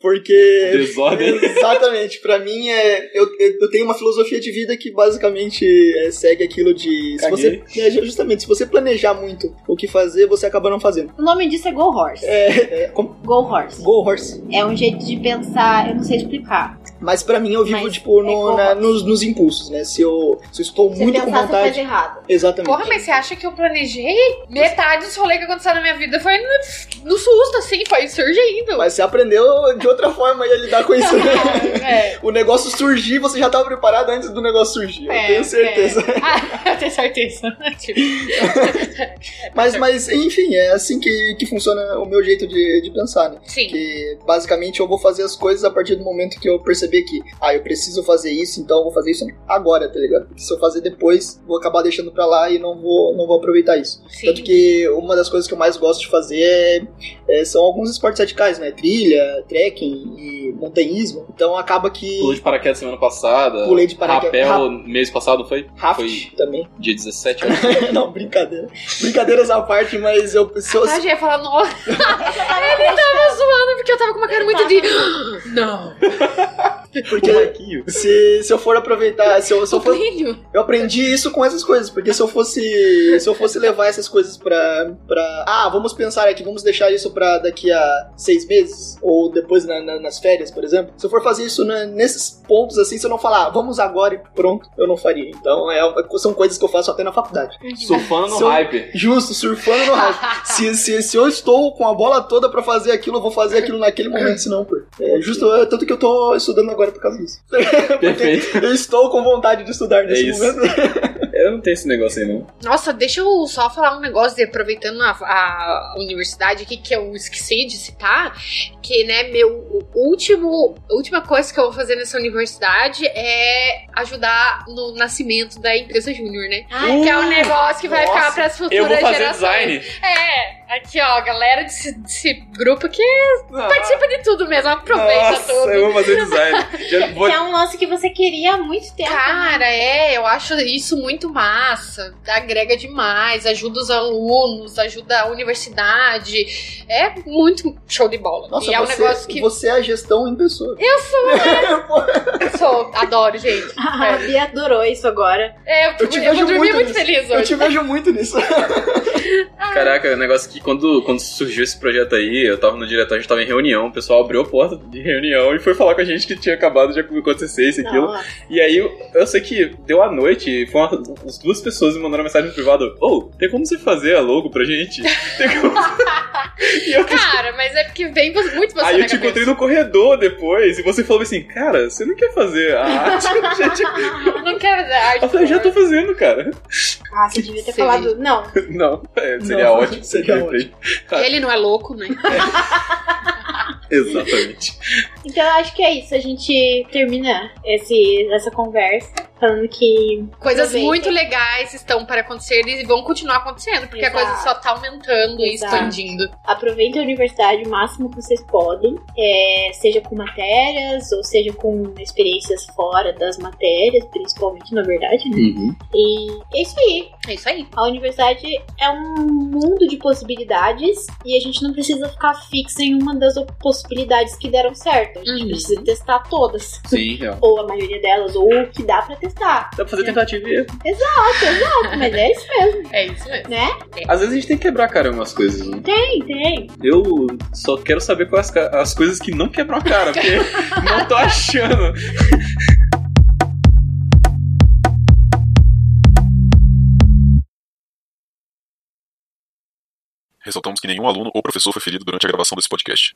[SPEAKER 5] Porque.
[SPEAKER 4] Desordem.
[SPEAKER 5] Exatamente, pra mim é. Eu, eu, eu tenho uma filosofia de vida que basicamente é, segue aquilo de. Se você, é, justamente, se você planejar muito o que fazer, você acaba não fazendo.
[SPEAKER 6] O nome disso é Go Horse.
[SPEAKER 5] É, é, como?
[SPEAKER 6] Go Horse.
[SPEAKER 5] Go horse.
[SPEAKER 6] É um jeito de pensar, eu não sei explicar.
[SPEAKER 5] Mas pra mim eu vivo,
[SPEAKER 6] Mas
[SPEAKER 5] tipo,
[SPEAKER 6] é
[SPEAKER 5] no-
[SPEAKER 6] go
[SPEAKER 5] na-
[SPEAKER 6] horse.
[SPEAKER 5] nos, nos impulsos, né? Se eu, se eu estou
[SPEAKER 6] Se
[SPEAKER 5] muito
[SPEAKER 6] pensar,
[SPEAKER 5] com
[SPEAKER 6] você faz
[SPEAKER 5] vontade. [LAUGHS]
[SPEAKER 6] errado.
[SPEAKER 5] Exatamente.
[SPEAKER 3] Porra, mas você acha que eu planejei? Metade dos rolês que aconteceram na minha vida foi no, no susto, assim, foi surgindo.
[SPEAKER 5] Mas você aprendeu de outra forma aí a lidar com isso.
[SPEAKER 6] [LAUGHS]
[SPEAKER 5] né?
[SPEAKER 3] É, [LAUGHS]
[SPEAKER 5] o negócio surgir, você já estava preparado antes do negócio surgir. eu
[SPEAKER 3] é,
[SPEAKER 5] tenho
[SPEAKER 3] [LAUGHS]
[SPEAKER 5] certeza.
[SPEAKER 3] é. Ah, eu tenho certeza. Tipo,
[SPEAKER 5] Mas, mas, enfim, é assim que, que funciona o meu jeito de, de pensar, né?
[SPEAKER 3] sim.
[SPEAKER 5] Que basicamente eu vou fazer as coisas a partir do momento que eu perceber que, ah, eu preciso fazer isso, então eu vou fazer isso agora, tá ligado? Porque se eu fazer depois, vou acabar deixando pra lá e não vou, não vou aproveitar isso.
[SPEAKER 3] Sim.
[SPEAKER 5] Tanto que uma das coisas que eu mais gosto de fazer é- é- são alguns esportes radicais, né? Trilha, trekking e montanhismo. Então acaba que.
[SPEAKER 4] Pulou de paraquedas semana passada.
[SPEAKER 5] Pulei de paraquedas.
[SPEAKER 4] Rapel
[SPEAKER 5] Ra-
[SPEAKER 4] mês passado, não foi?
[SPEAKER 5] Raft
[SPEAKER 4] Foi
[SPEAKER 5] também.
[SPEAKER 4] dia
[SPEAKER 5] [LAUGHS]
[SPEAKER 4] 17. acho.
[SPEAKER 5] não, brincadeira. Brincadeiras à parte, mas eu. Se eu
[SPEAKER 3] Ah, já ia falar, nossa. Ele tava zoando porque eu tava com uma cara muito de. Não.
[SPEAKER 5] porque se, se eu for aproveitar. Se eu, se eu
[SPEAKER 3] Sou
[SPEAKER 5] for
[SPEAKER 3] Plínio.
[SPEAKER 5] Eu aprendi isso com essas coisas, porque se eu fosse se eu fosse levar essas coisas pra, pra ah, vamos pensar aqui, vamos deixar isso pra daqui a seis meses ou depois na- na- nas férias, por exemplo. Se eu for fazer isso na- nesses pontos assim, se eu não falar, "Ah, vamos agora e pronto, eu não faria. Então é, são coisas que eu faço até na faculdade.
[SPEAKER 4] Surfando no
[SPEAKER 5] Seu-
[SPEAKER 4] hype.
[SPEAKER 5] Justo, surfando
[SPEAKER 3] [LAUGHS]
[SPEAKER 5] no rádio. se, se, se eu estou com a bola toda pra fazer aquilo, eu vou fazer aquilo naquele momento, senão, pô. É justo, é, tanto que eu tô estudando agora por causa disso. [LAUGHS]
[SPEAKER 4] Perfeito. É
[SPEAKER 5] Eu estou com vontade de estudar nesse
[SPEAKER 4] isso.
[SPEAKER 5] momento.
[SPEAKER 4] Eu não tenho esse negócio aí, não.
[SPEAKER 3] Nossa, deixa eu só falar um negócio, de, aproveitando a, a universidade aqui, que eu esqueci de citar, que, né, meu o último, a última coisa que eu vou fazer nessa universidade é ajudar no nascimento da empresa júnior, né?
[SPEAKER 2] Ah,
[SPEAKER 4] Ai,
[SPEAKER 3] que é um negócio que vai ficar
[SPEAKER 5] nossa,
[SPEAKER 3] pras futuras
[SPEAKER 4] Eu vou fazer
[SPEAKER 3] gerações.
[SPEAKER 4] design.
[SPEAKER 3] É, aqui, ó, a galera desse, desse grupo que participa de tudo mesmo, aproveita
[SPEAKER 4] Nossa,
[SPEAKER 3] tudo.
[SPEAKER 4] eu vou fazer design. Já vou-
[SPEAKER 2] Que é um lance que você queria há muito tempo.
[SPEAKER 3] Cara, é, eu acho isso muito massa. Agrega demais, ajuda os alunos, ajuda a universidade. É muito show de bola.
[SPEAKER 5] Nossa,
[SPEAKER 3] e é um
[SPEAKER 5] você,
[SPEAKER 3] negócio que
[SPEAKER 5] você é a gestão em pessoa. [LAUGHS]
[SPEAKER 3] eu é. sou, eu sou, adoro, gente.
[SPEAKER 2] [LAUGHS] A Bia adorou isso agora.
[SPEAKER 3] É, eu,
[SPEAKER 5] Eu te
[SPEAKER 3] eu vou
[SPEAKER 5] vejo
[SPEAKER 3] dormir
[SPEAKER 5] muito
[SPEAKER 3] muito
[SPEAKER 5] nisso.
[SPEAKER 3] feliz
[SPEAKER 5] Eu
[SPEAKER 3] hoje.
[SPEAKER 5] te vejo muito nisso.
[SPEAKER 4] Caraca, o negócio que quando, quando surgiu esse projeto aí, eu tava no diretório, a gente tava em reunião, o pessoal abriu a porta de reunião e foi falar com a gente que tinha acabado de acontecer isso e aquilo.
[SPEAKER 2] Não,
[SPEAKER 4] E aí, eu sei que deu a noite, e foi uma, umas duas pessoas me mandaram mensagem no privado: Ô, tem como você fazer a logo pra gente? [LAUGHS] Tem como...
[SPEAKER 3] Cara, mas é porque vem vo- muito você
[SPEAKER 4] aí
[SPEAKER 3] na
[SPEAKER 4] eu te
[SPEAKER 3] cabeça.
[SPEAKER 4] encontrei no corredor depois, e você falou assim: Cara, você não quer fazer a arte? Eu já tinha-
[SPEAKER 3] Não quero tipo, fazer arte.
[SPEAKER 4] Eu falei: Já tô fazendo, cara. [LAUGHS]
[SPEAKER 2] Ah, você devia ter
[SPEAKER 3] Sim.
[SPEAKER 2] falado. Não,
[SPEAKER 4] Não, é, seria
[SPEAKER 5] Não,
[SPEAKER 4] ótimo.
[SPEAKER 5] seria
[SPEAKER 4] de repente.
[SPEAKER 3] Ele não é louco, né?
[SPEAKER 4] Exatamente.
[SPEAKER 2] Então eu acho que é isso. A gente termina esse, essa conversa falando que
[SPEAKER 3] Coisas
[SPEAKER 2] Aproveitem.
[SPEAKER 3] muito legais estão para acontecer e vão continuar acontecendo, porque a
[SPEAKER 2] Exato.
[SPEAKER 3] coisa só tá aumentando
[SPEAKER 2] Exato.
[SPEAKER 3] e expandindo.
[SPEAKER 2] aproveitem a universidade o máximo que vocês podem, é, seja com matérias ou seja com experiências fora das matérias, principalmente na verdade, né? E é isso aí.
[SPEAKER 3] É isso aí.
[SPEAKER 2] A universidade é um mundo de possibilidades e a gente não precisa ficar fixo em uma das possibilidades que deram certo. A gente
[SPEAKER 3] Uhum.
[SPEAKER 2] precisa testar todas.
[SPEAKER 4] Sim, real.
[SPEAKER 2] Ou a maioria delas, ou o que dá pra
[SPEAKER 5] [LAUGHS]
[SPEAKER 2] testar.
[SPEAKER 4] Dá pra fazer tentativa e erro.
[SPEAKER 2] Mas é isso mesmo,
[SPEAKER 3] É isso mesmo.
[SPEAKER 2] né?
[SPEAKER 4] Às vezes a gente tem que quebrar, cara, umas coisas. Né?
[SPEAKER 2] Tem, tem.
[SPEAKER 4] Eu só quero saber quais ca- as coisas que não quebram a cara, porque não tô achando.
[SPEAKER 7] Ressaltamos que nenhum aluno ou professor foi ferido durante a gravação desse podcast.